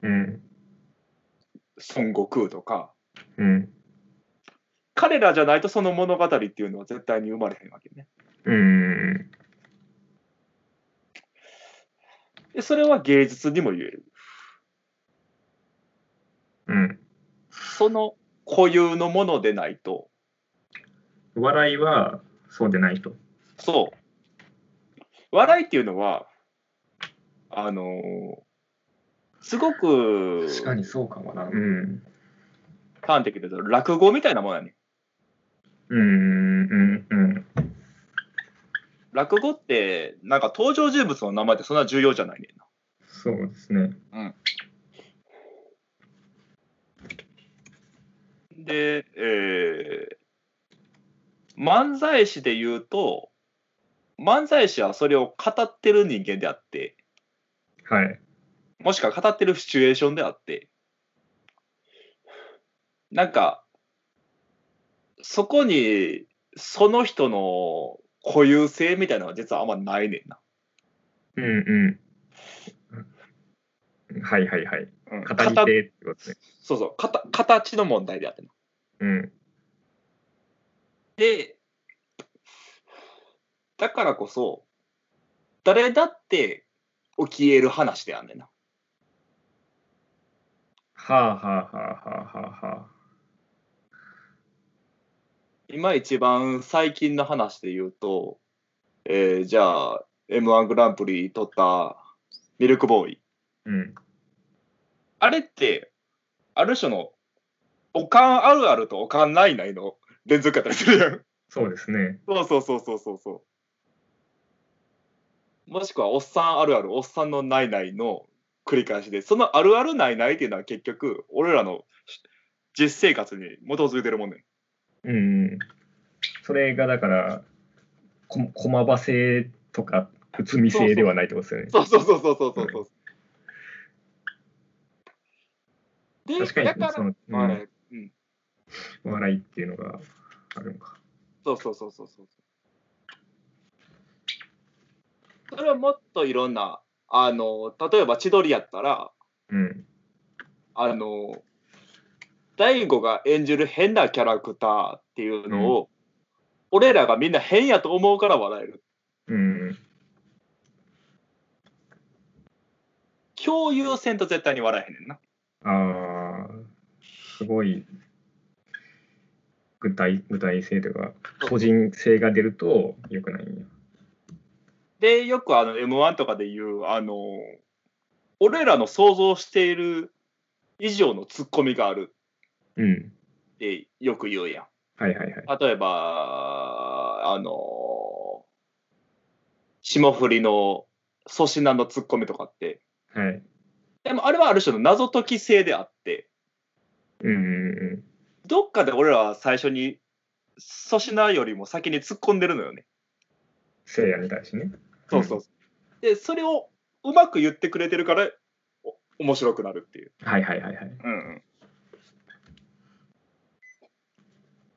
Speaker 3: うん。
Speaker 4: 孫悟空とか
Speaker 3: うん。
Speaker 4: 彼らじゃないとその物語っていうのは絶対に生まれへんわけね
Speaker 3: うん。
Speaker 4: でそれは芸術にも言える。
Speaker 3: うん。
Speaker 4: その固有のものでないと、
Speaker 3: 笑いは、そうでない人。
Speaker 4: そう。笑いっていうのは、あのーすごく
Speaker 3: 確かにそうかもな。うん。
Speaker 4: 端的で言うと落語みたいなものやね。
Speaker 3: うん。うん。うん。
Speaker 4: 落語って、なんか登場人物の名前ってそんな重要じゃないねんな。
Speaker 3: そうですね。
Speaker 4: で、えー漫才師で言うと、漫才師はそれを語ってる人間であって、
Speaker 3: はい。
Speaker 4: もしくは語ってるシチュエーションであって、なんか、そこに、その人の固有性みたいなのは実はあんまないねんな。
Speaker 3: うん。うん。はいはいはい。
Speaker 4: う
Speaker 3: 語り
Speaker 4: ん、
Speaker 3: 手
Speaker 4: かた
Speaker 3: ってことね。
Speaker 4: そうそうかた、形の問題であってな。
Speaker 3: うん。
Speaker 4: で、だからこそ、誰だって起きえる話であんねんな。
Speaker 3: はあはあはあはあはあはあ。
Speaker 4: 今一番最近の話で言うと、えーじゃあ、M1 グランプリ取ったミルクボーイ。
Speaker 3: うん。
Speaker 4: あれって、ある種の、おかんあるあるとおかんないないの連続やったりするやん。
Speaker 3: そうですね。
Speaker 4: そうそうそうそうそうそう。もしくは、おっさんあるある、おっさんのないないの繰り返しで、そのあるあるないないっていうのは結局、俺らの実生活に基づいてるもんねん。
Speaker 3: うん。それがだから、こ駒場性とか、うつみ性ではないってことですよね。
Speaker 4: そうそうそうそうそうそうそう。で
Speaker 3: 確かに
Speaker 4: だから
Speaker 3: その、うん
Speaker 4: まあうん、
Speaker 3: 笑いっていうのがあるのか。
Speaker 4: そうそうそうそうそう。それはもっといろんな、あの、例えば千鳥やったら、
Speaker 3: うん。
Speaker 4: あの、大悟が演じる変なキャラクターっていうのを、俺らがみんな変やと思うから笑える。
Speaker 3: うん。
Speaker 4: 共有せんと絶対に笑えへんねんな。
Speaker 3: ああ、すごい具体具体性というか、個人性が出ると良くないんや。
Speaker 4: で、よくあの M1 とかで言う、あの、俺らの想像している以上のツッコミがある
Speaker 3: うん。
Speaker 4: ってよく言うやん。
Speaker 3: はいはいはい。
Speaker 4: 例えば、あの霜降りの粗品のツッコミとかって、
Speaker 3: はい。
Speaker 4: でもあれはある種の謎解き性であって、
Speaker 3: うんうん
Speaker 4: どっかで俺らは最初に粗品よりも先に突っ込んでるのよね。
Speaker 3: せいやに対してね。
Speaker 4: そうそうそう。で、それをうまく言ってくれてるから、お面白くなるっていう。
Speaker 3: はいはいはいはい。
Speaker 4: うんうん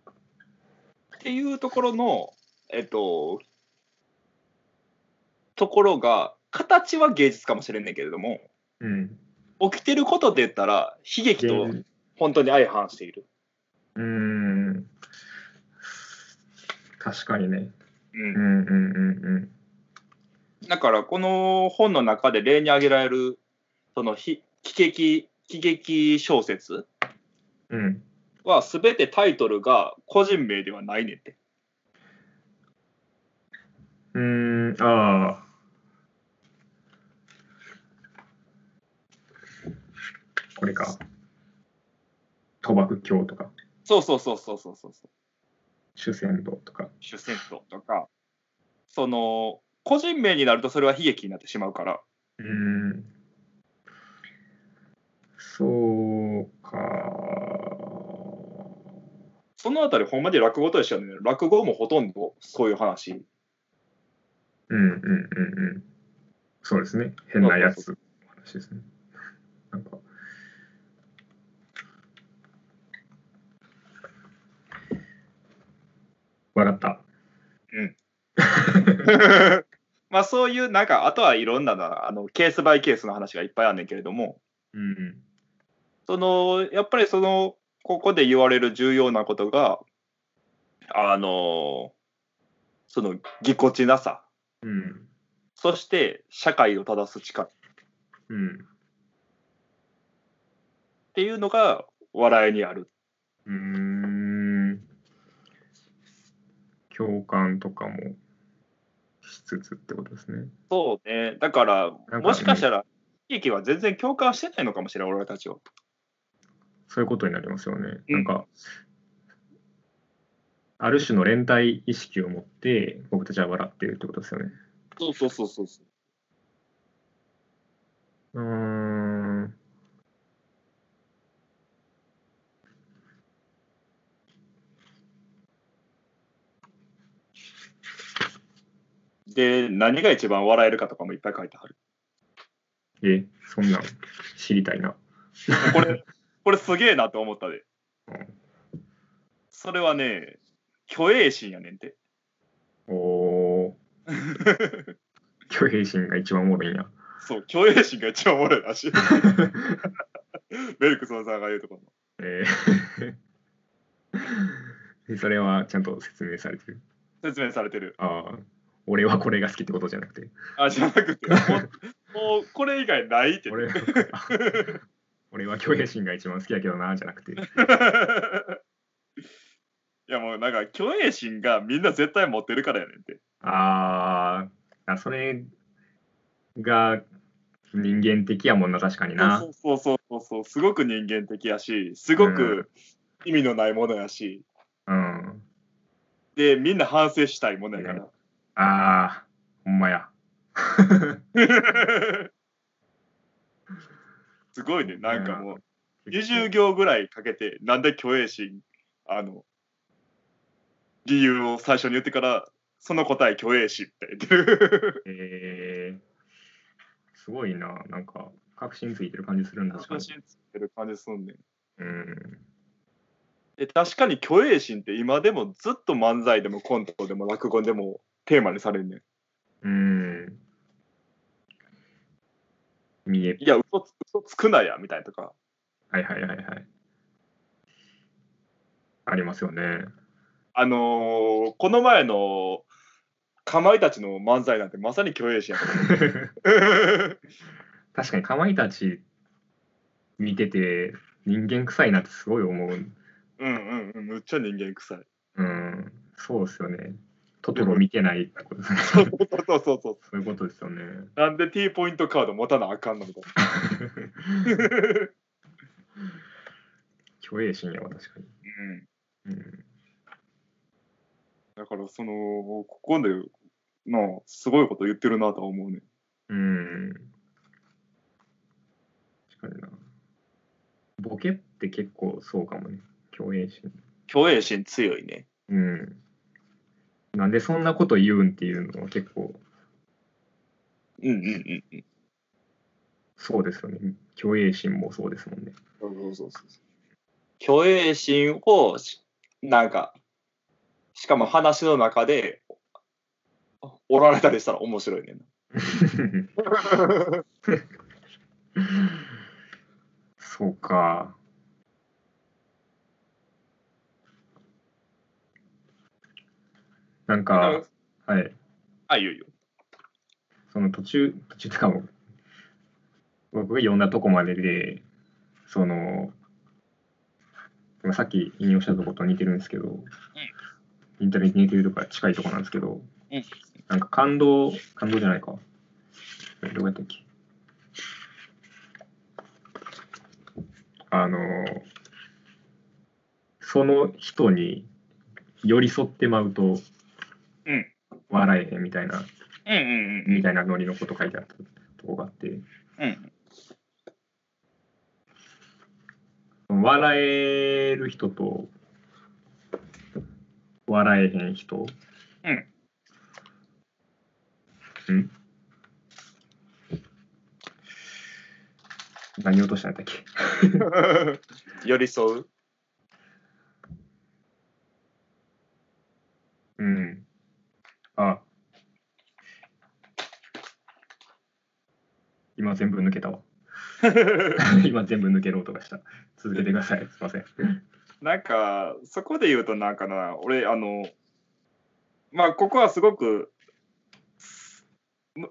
Speaker 4: っていうところの、えっと、ところが、形は芸術かもしれんねんけれども、
Speaker 3: うん。
Speaker 4: 起きてることで言ったら、悲劇と本当に相反している。
Speaker 3: うん。確かにね。
Speaker 4: うん
Speaker 3: うんうんうん
Speaker 4: だからこの本の中で例に挙げられるそのひ喜劇喜劇小説
Speaker 3: うん。うん。
Speaker 4: は全てタイトルが個人名ではないねんって。
Speaker 3: うん、ああ。これか。賭博狂とか、
Speaker 4: そうそうそうそうそうそう。
Speaker 3: 主戦道とか。
Speaker 4: 主戦闘とかその個人名になるとそれは悲劇になってしまうから。
Speaker 3: うん。そうか。
Speaker 4: そのあたりほんまに落語と一緒やねん落語もほとんどそういう話。
Speaker 3: うんうんうんうん。そうですね。変なやつ。話ですね。なんか。わかった。
Speaker 4: まあそういうなんかあとはいろんななあのケースバイケースの話がいっぱいあんねんけれども。
Speaker 3: うん
Speaker 4: そのやっぱりそのここで言われる重要なことがあのそのぎこちなさ
Speaker 3: うん
Speaker 4: そして社会を正す力っ
Speaker 3: うん
Speaker 4: ていうのが笑いにある
Speaker 3: うん。うーん。共感とかもしつつってことですね。
Speaker 4: そうねだから
Speaker 3: かね
Speaker 4: もしかしたら悲劇は全然共感してないのかもしれない俺たちは
Speaker 3: そういうことになりますよね。
Speaker 4: うん
Speaker 3: なんか、ある種の連帯意識を持って、僕たちは笑っているってことですよね。
Speaker 4: そうそうそうそうそ
Speaker 3: う
Speaker 4: う
Speaker 3: ーん。
Speaker 4: で何が一番笑えるかとかもいっぱい書いてある
Speaker 3: え、そんなん知りたいな。
Speaker 4: これこれすげえなと思ったでそれはね虚栄心やねんて
Speaker 3: お おー。虚栄心が一番おもろいん や。
Speaker 4: そう、共栄心が一番おもろいらしい。 ベルクソンさんが言うところの。
Speaker 3: え ーそれはちゃんと説明されてる。
Speaker 4: 説明されてる。
Speaker 3: ああ、俺はこれが好きってことじゃなくて。
Speaker 4: あ、じゃなくて、もう、もうこれ以外ないって。
Speaker 3: 俺 あ俺は虚栄心が一番好きやけどな、じゃなくて。
Speaker 4: いやもうなんか、共栄心がみんな絶対持ってるからやねんって。
Speaker 3: あーあ、それが人間的やもんな、確かにな。
Speaker 4: そうそうそうそう、すごく人間的やし、すごく意味のないものやし、
Speaker 3: うん。
Speaker 4: で、みんな反省したいものやから。
Speaker 3: ああ、ほんま や。
Speaker 4: すごいね、なんかもう、
Speaker 3: うん
Speaker 4: 20行ぐらいかけて、なんで虚栄心、あの、理由を最初に言ってから、その答え虚栄心って言ってる。
Speaker 3: えー、すごいな、なんか、確信ついてる感じするんだ、確か
Speaker 4: 確
Speaker 3: に。
Speaker 4: 信つける感じすんねん。
Speaker 3: うん。
Speaker 4: え確かに虚栄心って今でもずっと漫才でもコントでも落語でもテーマにされるねん。
Speaker 3: うん。見え、
Speaker 4: いや、嘘つ嘘つくなや、みたいなとか。
Speaker 3: はいはいはいはい。ありますよね。
Speaker 4: あのーこの前のかまいたちの漫才なんてまさに虚栄心や から
Speaker 3: 確かにかまいたち見てて人間臭いなってすごい思う。
Speaker 4: うんうんうん、むっちゃ人間臭い。
Speaker 3: うん、そうですよね。トトロ見てないってことですね。
Speaker 4: そうそうそうそうそう。
Speaker 3: そういうことですよね。
Speaker 4: なんで T ポイントカード持たなあかんのみたいな。
Speaker 3: 虚栄心やわ、確かに。
Speaker 4: うん、
Speaker 3: うん、
Speaker 4: だから、その、ここで、なあ、すごいこと言ってるなとは思うね。
Speaker 3: うん。確かにな。ボケって結構そうかもね。虚栄心。
Speaker 4: 虚栄心強いね。
Speaker 3: うん。なんでそんなこと言うんっていうのは結構
Speaker 4: うんうんうん。
Speaker 3: そうですよね。虚栄心もそうですもんね。
Speaker 4: そうそうそうそう。虚栄心をし、なんか、しかも話の中で、おられたりしたら面白いねんな。
Speaker 3: そうか。なんか、はい、
Speaker 4: あ、いいよいいよ。
Speaker 3: その途中、途中とかも、僕が読んだとこまでで、その、まあさっき引用したとこと似てるんですけど、インタビューに似てるとか近いとこなんですけど、
Speaker 4: うん
Speaker 3: なんか感動、感動じゃないか。えどうやったっけあの、その人に寄り添ってまうと
Speaker 4: うん、
Speaker 3: 笑えへんみたいな
Speaker 4: うんうん
Speaker 3: みたいなノリのこと書いてあったとこがあって、
Speaker 4: うん。うん。
Speaker 3: 笑える人と笑えへん人。
Speaker 4: うん。
Speaker 3: うん何を落としたんだっけ
Speaker 4: 寄り添 う
Speaker 3: うん。あ。今全部抜けたわ。 今全部抜ける音がした。続けてください。すいません。
Speaker 4: なんかそこで言うとなんかな俺あのまあここはすごく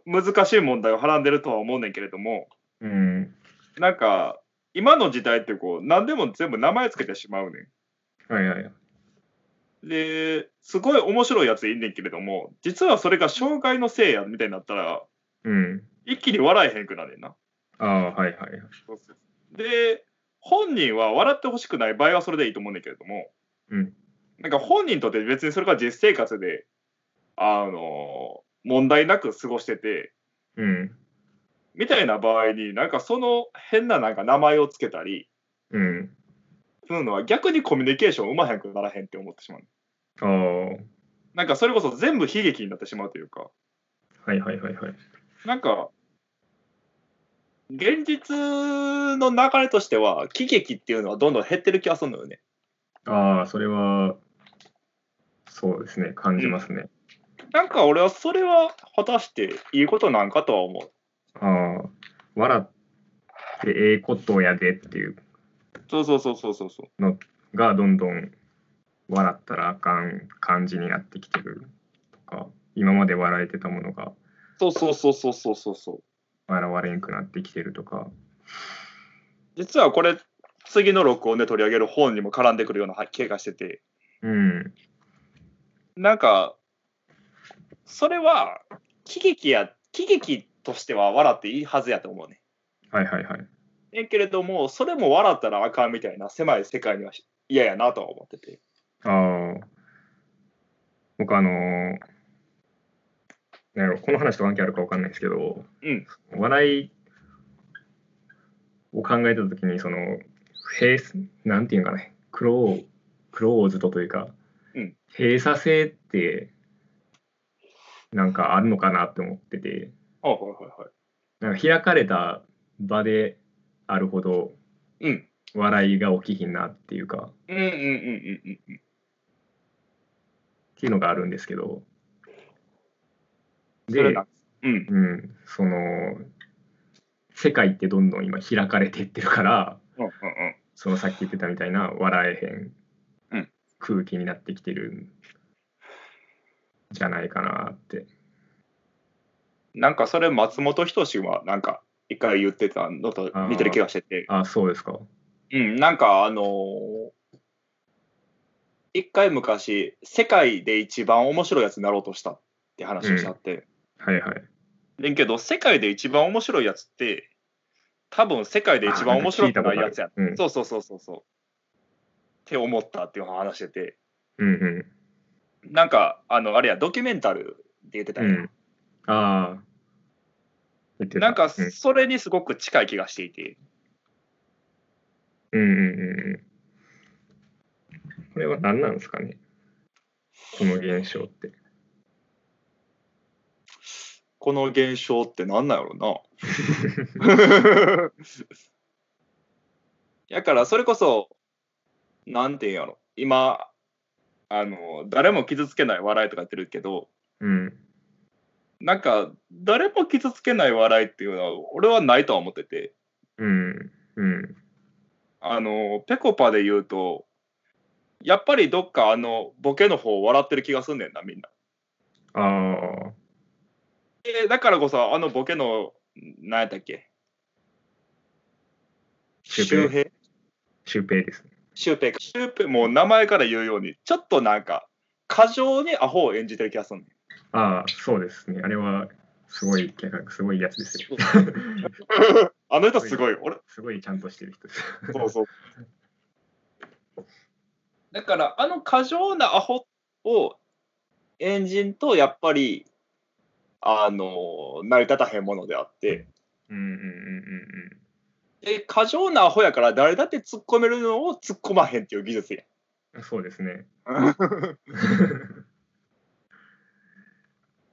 Speaker 4: む難しい問題をはらんでるとは思うねんけれども
Speaker 3: うん。
Speaker 4: なんか今の時代ってこう何でも全部名前つけてしまうね
Speaker 3: はいはい。
Speaker 4: ん。ですごい面白いやついんねんけれども実はそれが障害のせいやみたいになったら
Speaker 3: うん。
Speaker 4: 一気に笑えへんくなるねんな。
Speaker 3: ああ、はいはい。
Speaker 4: で本人は笑ってほしくない場合はそれでいいと思うねんだけれども、
Speaker 3: うん
Speaker 4: なんか本人にとって別にそれが実生活であの問題なく過ごしてて
Speaker 3: うん。
Speaker 4: みたいな場合になんかその変ななんか名前をつけたり
Speaker 3: うん。
Speaker 4: するのは逆にコミュニケーションうまへんくならへんって思ってしまう
Speaker 3: ああ、は
Speaker 4: なんかそれこそ全部悲劇になってしまうというか
Speaker 3: いはいはいはい。
Speaker 4: なんか現実の流れとしては喜劇っていうのはどんどん減ってる気がするのよね。
Speaker 3: ああ、それは、そうですね、感じますね。
Speaker 4: なんか俺はそれは果たしていいことなんかとは思う。
Speaker 3: ああ、笑ってええことやでっていう
Speaker 4: そうそうそうそうそうそう。
Speaker 3: が、どんどん笑ったらあかん感じになってきてるとか、今まで笑えてたものが
Speaker 4: そうそうそうそうそうそうそう。
Speaker 3: 笑われんくなってきてるとか、
Speaker 4: 実はこれ次の録音で取り上げる本にも絡んでくるような気がしてて、
Speaker 3: うん、
Speaker 4: なんかそれは喜劇や喜劇としては笑っていいはずやと思うね。
Speaker 3: はいはいはい。
Speaker 4: えけれどもそれも笑ったらあかんみたいな狭い世界には嫌やなとは思ってて。
Speaker 3: ああ。僕あのーなんやろこの話と関係あるかわかんないですけど、
Speaker 4: うん
Speaker 3: 笑いを考えたときに、その、閉鎖、なんていうんかね、クロー、クローズドというか、
Speaker 4: うん
Speaker 3: 閉鎖性って、なんかあるのかなって思ってて、
Speaker 4: あはいはいはい。
Speaker 3: なんか開かれた場であるほど、
Speaker 4: うん
Speaker 3: 笑いが起きひんなっていうか、
Speaker 4: うんうんうんうんうん。
Speaker 3: っていうのがあるんですけど、
Speaker 4: それ
Speaker 3: で
Speaker 4: な、うん。
Speaker 3: うん、その、世界ってどんどん今開かれていってるから、
Speaker 4: うんうんうん。
Speaker 3: そのさっき言ってたみたいな笑えへ
Speaker 4: うん
Speaker 3: ん空気になってきてるんじゃないかなって。
Speaker 4: なんかそれ松本人志はなんか一回言ってたのと似てる気がしてて、
Speaker 3: あ、そうですか。
Speaker 4: うん、なんかあのー一回昔世界で一番面白いやつになろうとしたって話をしちゃって、
Speaker 3: はいはい。
Speaker 4: でんけど世界で一番面白いやつって多分世界で一番面白くないやつや
Speaker 3: あなんか聞いたことあるうん
Speaker 4: そうそうそうそうそうって思ったっていうのを話してて
Speaker 3: うんうん。
Speaker 4: なんかあのあれやドキュメンタルで言ってた
Speaker 3: う
Speaker 4: やん、
Speaker 3: ん、ああ。言ってた
Speaker 4: なんか
Speaker 3: うん
Speaker 4: それにすごく近い気がしていて、
Speaker 3: うんうんうんうん。これは何なんですかねこの現象って。
Speaker 4: この現象って何なんやろ な。やからそれこそ、なんていうんやろ、今、あの、誰も傷つけない笑いとか言ってるけど、
Speaker 3: うん。
Speaker 4: なんか、誰も傷つけない笑いっていうのは、俺はないとは思ってて、
Speaker 3: うん。うん。
Speaker 4: あの、ぺこぱで言うと、やっぱりどっかあの、ボケの方笑ってる気がすんねんな、みんな。
Speaker 3: ああ。
Speaker 4: えーだからこそ、あのボケの、何やったっけ
Speaker 3: シュウペイシ
Speaker 4: 周平
Speaker 3: ュウペイですね。
Speaker 4: シュウペイか。シュウペイ、もう名前から言うように、ちょっとなんか、過剰にアホを演じてる気がするねん。
Speaker 3: ああ、そうですね。あれは、すごい客すごいやつですよ。
Speaker 4: あの人すごい。俺、
Speaker 3: すごいちゃんとしてる人です。
Speaker 4: そうそう。 だから、あの過剰なアホを演じんと、やっぱり、あの、成り立たへんものであって、
Speaker 3: うんうんうん
Speaker 4: で過剰なアホやから誰だって突っ込めるのを突っ込まへんっていう技 術や
Speaker 3: う
Speaker 4: ん。
Speaker 3: んうん。そうですね。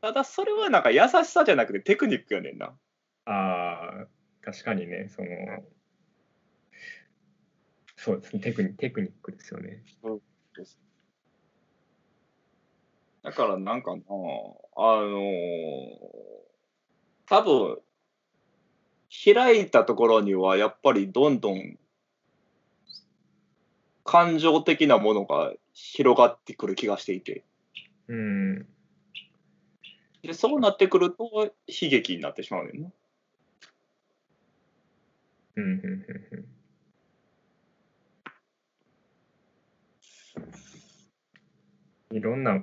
Speaker 4: ただそれはなんか優しさじゃなくてテクニックやねんな。
Speaker 3: ああ、確かにね、その、そうですね。テクニテクニックですよね。
Speaker 4: だからなんかな、あのー多分、開いたところにはやっぱりどんどん感情的なものが広がってくる気がしていて、
Speaker 3: うん。
Speaker 4: でそうなってくると悲劇になってしまうねんな。
Speaker 3: うんうんうんうん。いろんな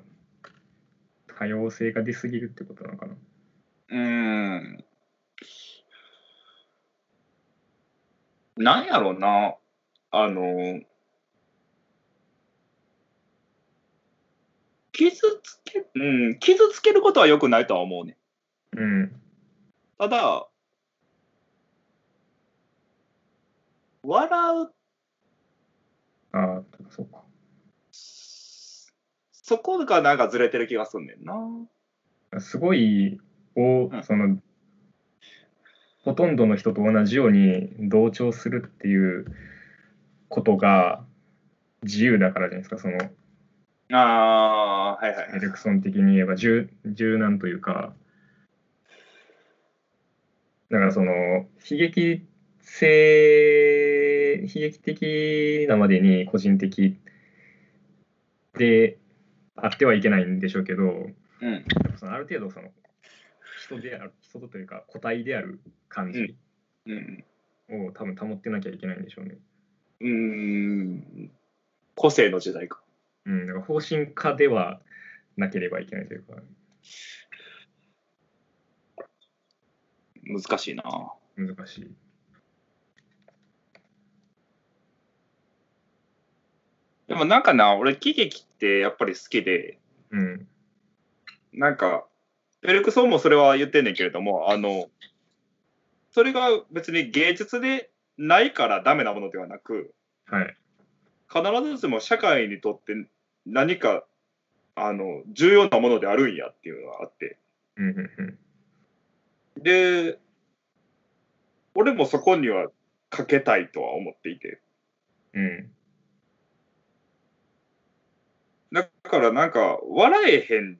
Speaker 3: 多様性が出すぎるってことなのかな。
Speaker 4: うーん。なんやろうな、あの、傷つけ、うん、傷つけることは良くないとは思うね。
Speaker 3: うん。
Speaker 4: ただ、笑う、
Speaker 3: ああ、そうか。
Speaker 4: そこがなんかずれてる気がすんねんな。
Speaker 3: すごいを、
Speaker 4: うん
Speaker 3: そのほとんどの人と同じように同調するっていうことが自由だからじゃないですかその
Speaker 4: ああ、はいはい
Speaker 3: エレクソン的に言えば柔柔軟というかだからその悲劇性悲劇的なまでに個人的であってはいけないんでしょうけど
Speaker 4: うん。
Speaker 3: そのある程度その人である人とというか個体である感じ
Speaker 4: うん
Speaker 3: を多分保ってなきゃいけないんでしょうね。
Speaker 4: うーん個性の時代か。
Speaker 3: うん、だから方針家ではなければいけないというか。
Speaker 4: 難しいな。
Speaker 3: 難しい。
Speaker 4: でもなんかな、俺、喜劇ってやっぱり好きで、
Speaker 3: うん。
Speaker 4: なんか、ベルクソンもそれは言ってんねんけれども、あの、それが別に芸術でないからダメなものではなく、
Speaker 3: はい。
Speaker 4: 必ずしも社会にとって何か、あの、重要なものであるんやっていうのがあって。
Speaker 3: うんうん
Speaker 4: で、俺もそこにはかけたいとは思っていて。
Speaker 3: うん。うん。
Speaker 4: だからなんか、笑えへん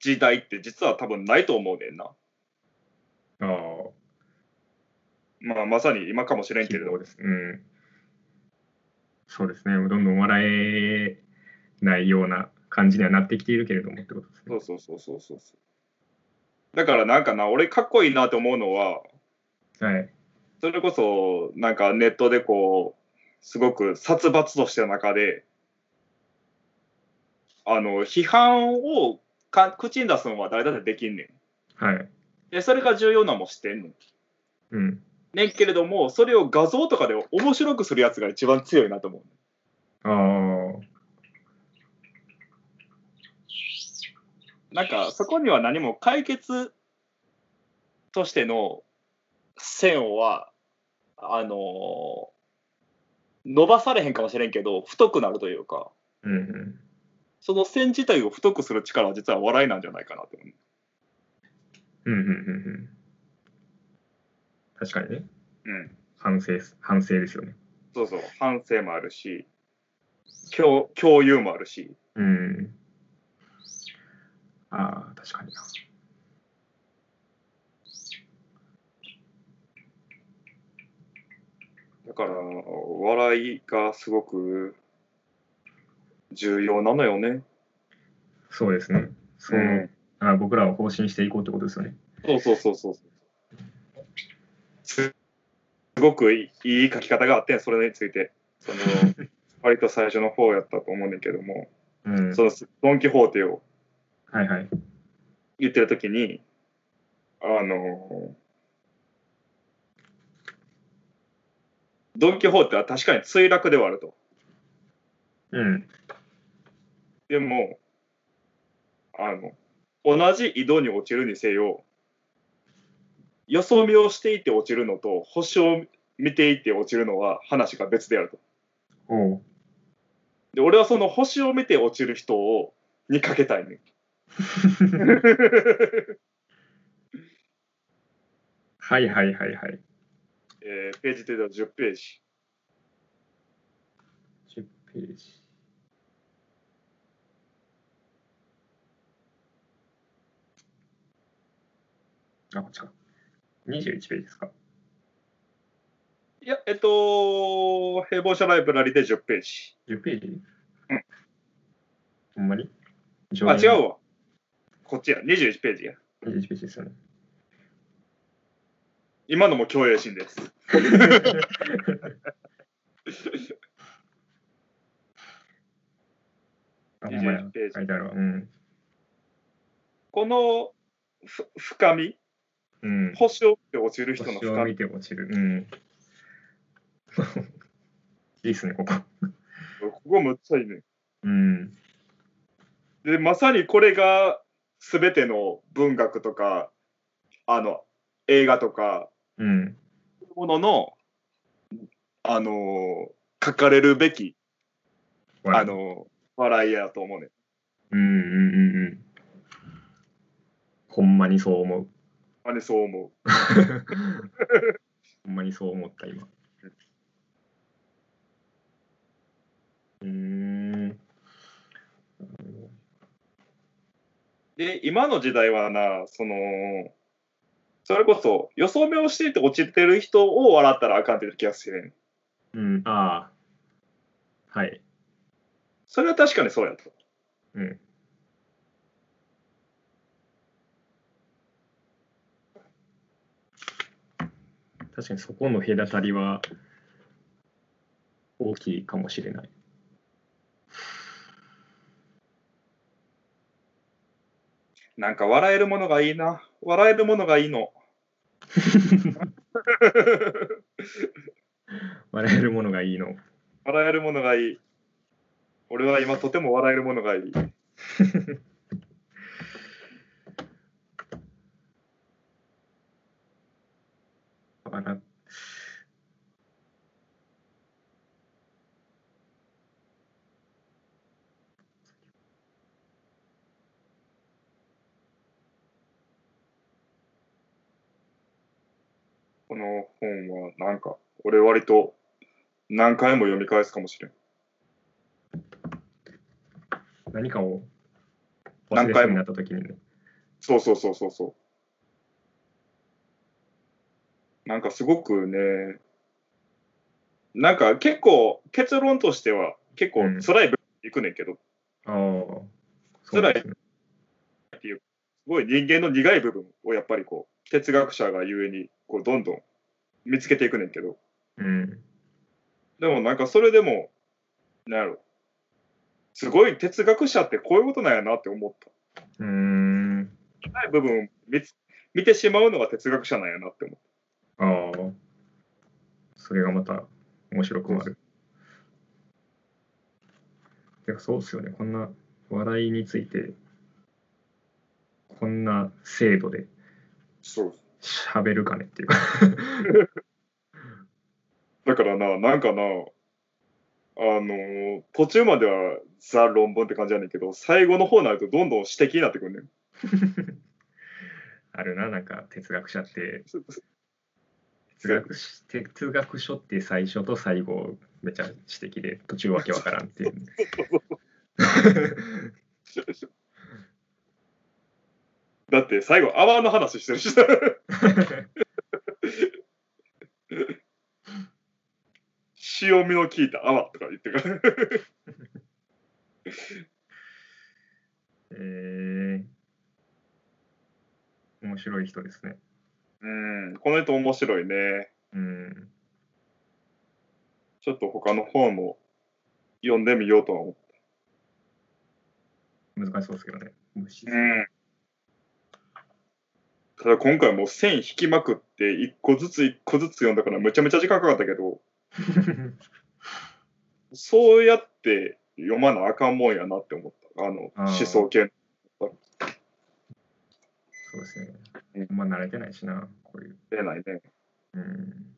Speaker 4: 時代って実は多分ないと思うねんな。
Speaker 3: ああ、
Speaker 4: まあ、まさに今かもしれんけれど
Speaker 3: そう。です。うん。そうですね。どんどん笑えないような感じにはなってきているけれどもってことです
Speaker 4: そ
Speaker 3: ね
Speaker 4: う。そうそうそうそうそう。だからなんかな、俺かっこいいなと思うのは、
Speaker 3: はい。
Speaker 4: それこそなんかネットでこう、すごく殺伐とした中で、あの、批判をか口に出すのは誰だってできんねん。
Speaker 3: はい。
Speaker 4: で、それが重要なのもしてんの。
Speaker 3: うん。
Speaker 4: ねんけれども、それを画像とかで面白くするやつが一番強いなと思う。
Speaker 3: ああ、
Speaker 4: なんかそこには何も解決としての線はあの伸ばされへんかもしれんけど太くなるというか
Speaker 3: うんうん。
Speaker 4: その線自体を太くする力は実は笑いなんじゃないかなって思う
Speaker 3: うんうんうんうん。確かにね。
Speaker 4: うん、
Speaker 3: 反省す、反省ですよね。
Speaker 4: そうそう反省もあるし共共有もあるし
Speaker 3: うん。ああ、確かにな。
Speaker 4: だから笑いがすごく重要なのよね。
Speaker 3: そうですね。その、
Speaker 4: うん
Speaker 3: あ僕らを方針していこうってことですよね。
Speaker 4: そうそうそうそう。すすごくいいいい書き方があってんそれについて。その割と最初の方やったと思うねんだけども、
Speaker 3: うん。
Speaker 4: そのドン・キホーテを
Speaker 3: はいはい。
Speaker 4: 言ってる時に、あの、ドン・キホーテは確かに墜落ではあると。
Speaker 3: うん。
Speaker 4: でも、あの、同じ井戸に落ちるにせよ、よそ見をしていて落ちるのと、星を見ていて落ちるのは話が別であると。
Speaker 3: お う。
Speaker 4: で、俺はその星を見て落ちる人を、にかけた いねん。
Speaker 3: はいはいはいはい。
Speaker 4: えーページ程度10ページ。
Speaker 3: 10ページ。あ、こっちか。21ページですか。
Speaker 4: いや、えっと、平凡者ライブラリで10ページ。
Speaker 3: 10ページ
Speaker 4: うん。
Speaker 3: ほんまに
Speaker 4: あ、違
Speaker 3: う。
Speaker 4: うわ。こっちや、21ページや。
Speaker 3: 21ページ ですよね。
Speaker 4: 今のも共栄心です。
Speaker 3: あ、ほんまや
Speaker 4: 21ページ
Speaker 3: 書いてあるわ。うん。
Speaker 4: このふ深み、
Speaker 3: うん。
Speaker 4: 星を見て落ちる人の
Speaker 3: 星
Speaker 4: 深
Speaker 3: を
Speaker 4: み
Speaker 3: 見て落ちる。うん。 いいっすね、ここ。
Speaker 4: ここむっちゃいいね。
Speaker 3: うん。
Speaker 4: で、まさにこれが全ての文学とか、あの、映画とか、
Speaker 3: うん。
Speaker 4: そういうものの、あのー書かれるべき、あ、のー笑いやと思うね。
Speaker 3: うんうんうんうん。ほんまにそう思う。
Speaker 4: あれそう思う。
Speaker 3: ほんまにそう思った、今。うーん。
Speaker 4: で、今の時代はな、その、それこそ、予想目をしていて落ちてる人を笑ったらあかんって気がするねん。
Speaker 3: うん、ああ。はい。
Speaker 4: それは確かにそうやと。
Speaker 3: うん。確かにそこの隔たりは大きいかもしれない。
Speaker 4: なんか笑えるものがいいな。笑えるものがいいの。
Speaker 3: 笑えるものがいいの。
Speaker 4: 笑えるものがいい。俺は今とても笑えるものがいい。
Speaker 3: 笑
Speaker 4: この本はなんか、俺割と何回も読み返すかもしれん。
Speaker 3: 何かを忘
Speaker 4: 何
Speaker 3: れそ
Speaker 4: 回も
Speaker 3: うになった時にね。
Speaker 4: そうそうそうそうそう。なんかすごくね、なんか結構結論としては結構
Speaker 3: うん
Speaker 4: 辛い部分いくねんけど、す
Speaker 3: ああ。そうですね
Speaker 4: ごい人間の苦い部分をやっぱりこう、哲学者がゆえにこうどんどん見つけていくねんけど、
Speaker 3: うん。
Speaker 4: でもなんかそれでも、なんやろ、すごい哲学者ってこういうことなんやなって思った。
Speaker 3: うーん。
Speaker 4: 辛い部分を見つ見てしまうのが哲学者なんやなって思った。
Speaker 3: ああ。それがまた面白くもある。てかそうっすよね。こんな話題について、こんな精度で
Speaker 4: そう
Speaker 3: 喋るかねっていうか。
Speaker 4: だからな、なんかな、あのー途中まではザ論文って感じやねんけど、最後の方になるとどんどん指摘になってくるねん。
Speaker 3: あるな、なんか哲学者って。哲学し哲学書って最初と最後めちゃ知的で途中わけわからんっていうね、
Speaker 4: だって最後、泡の話してる し。塩味の効いた泡とか言ってくる。
Speaker 3: えー、面白い人ですね。
Speaker 4: うん、この人面白いね。
Speaker 3: うん。
Speaker 4: ちょっと他の本も読んでみようとは思う。
Speaker 3: 難しそうですけどね。虫
Speaker 4: うん。ただ今回もう線引きまくって、一個ずつ一個ずつ読んだからめちゃめちゃ時間かかったけど、そうやって読まなあかんもんやなって思った。あの、
Speaker 3: あー
Speaker 4: 思想系。
Speaker 3: そうですね。まあ慣れてないしな、こういう。
Speaker 4: 出ないね。
Speaker 3: うん。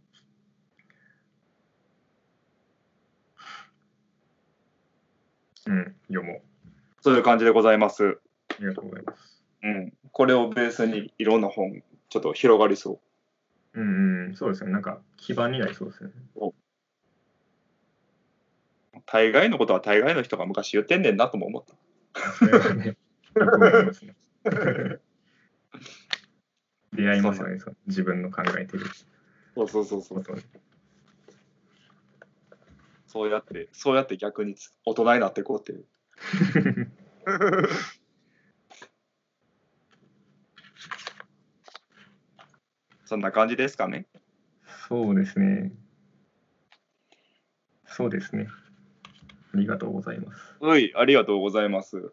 Speaker 3: うん、読もう。
Speaker 4: そういう感じでございま
Speaker 3: あ
Speaker 4: す。
Speaker 3: りがとうございます。
Speaker 4: うん。これをベースにいろんな本、ちょっと広がりそう。
Speaker 3: うんうん、そうですね。なんか基盤になりそう ですよね。
Speaker 4: 大概のことは大概の人が昔言ってんねんなとも思った。
Speaker 3: それはね、いいと思います ね。出会いますよね、そう自分の考えてる
Speaker 4: そうそうそうそ
Speaker 3: こ
Speaker 4: う。
Speaker 3: とに。
Speaker 4: そうやって、そうやって逆につ大人になっていこうっていう。そんな感じですかね。
Speaker 3: そうですね。そうですね。ありがとうございます。
Speaker 4: はい、ありがとうございます。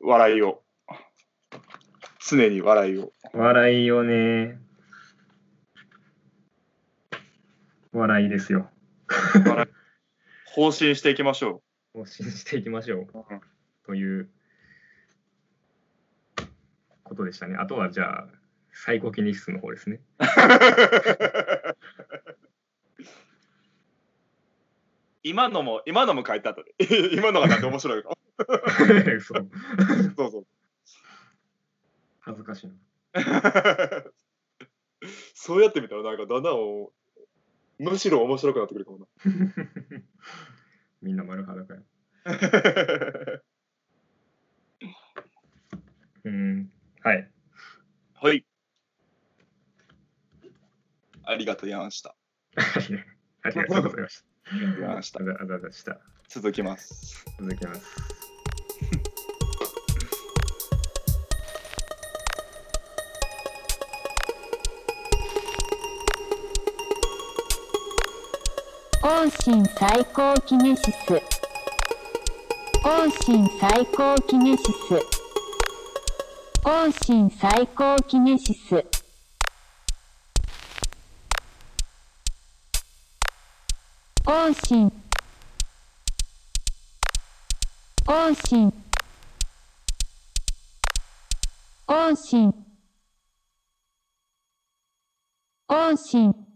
Speaker 4: 笑いを。常に笑いを。
Speaker 3: 笑いよね。笑いですよ。
Speaker 4: 笑い方針していきましょ
Speaker 3: を信じていきましょう。
Speaker 4: う。
Speaker 3: ということでしたね。あとはじゃあ、最高記日室の方 ですね。
Speaker 4: 今のも、今のも書いてあったで。 今のがなんて面白いか。
Speaker 3: そう
Speaker 4: そう そう。
Speaker 3: 恥ずかしいな。
Speaker 4: そうやってみたら、なんかだんだんお、むしろ面白くなってくるか もな。
Speaker 3: みんな丸裸や。うん。はい。
Speaker 4: はい。ありがとうやんした。
Speaker 3: ありがとうございました。
Speaker 4: ありがとうやんし
Speaker 3: あ
Speaker 4: た。
Speaker 3: ざあざあざした。
Speaker 4: 続きます。
Speaker 3: 続きます。
Speaker 1: 往診最高キネシス往診最高キネシス往診最高キネシス往診往診往診往診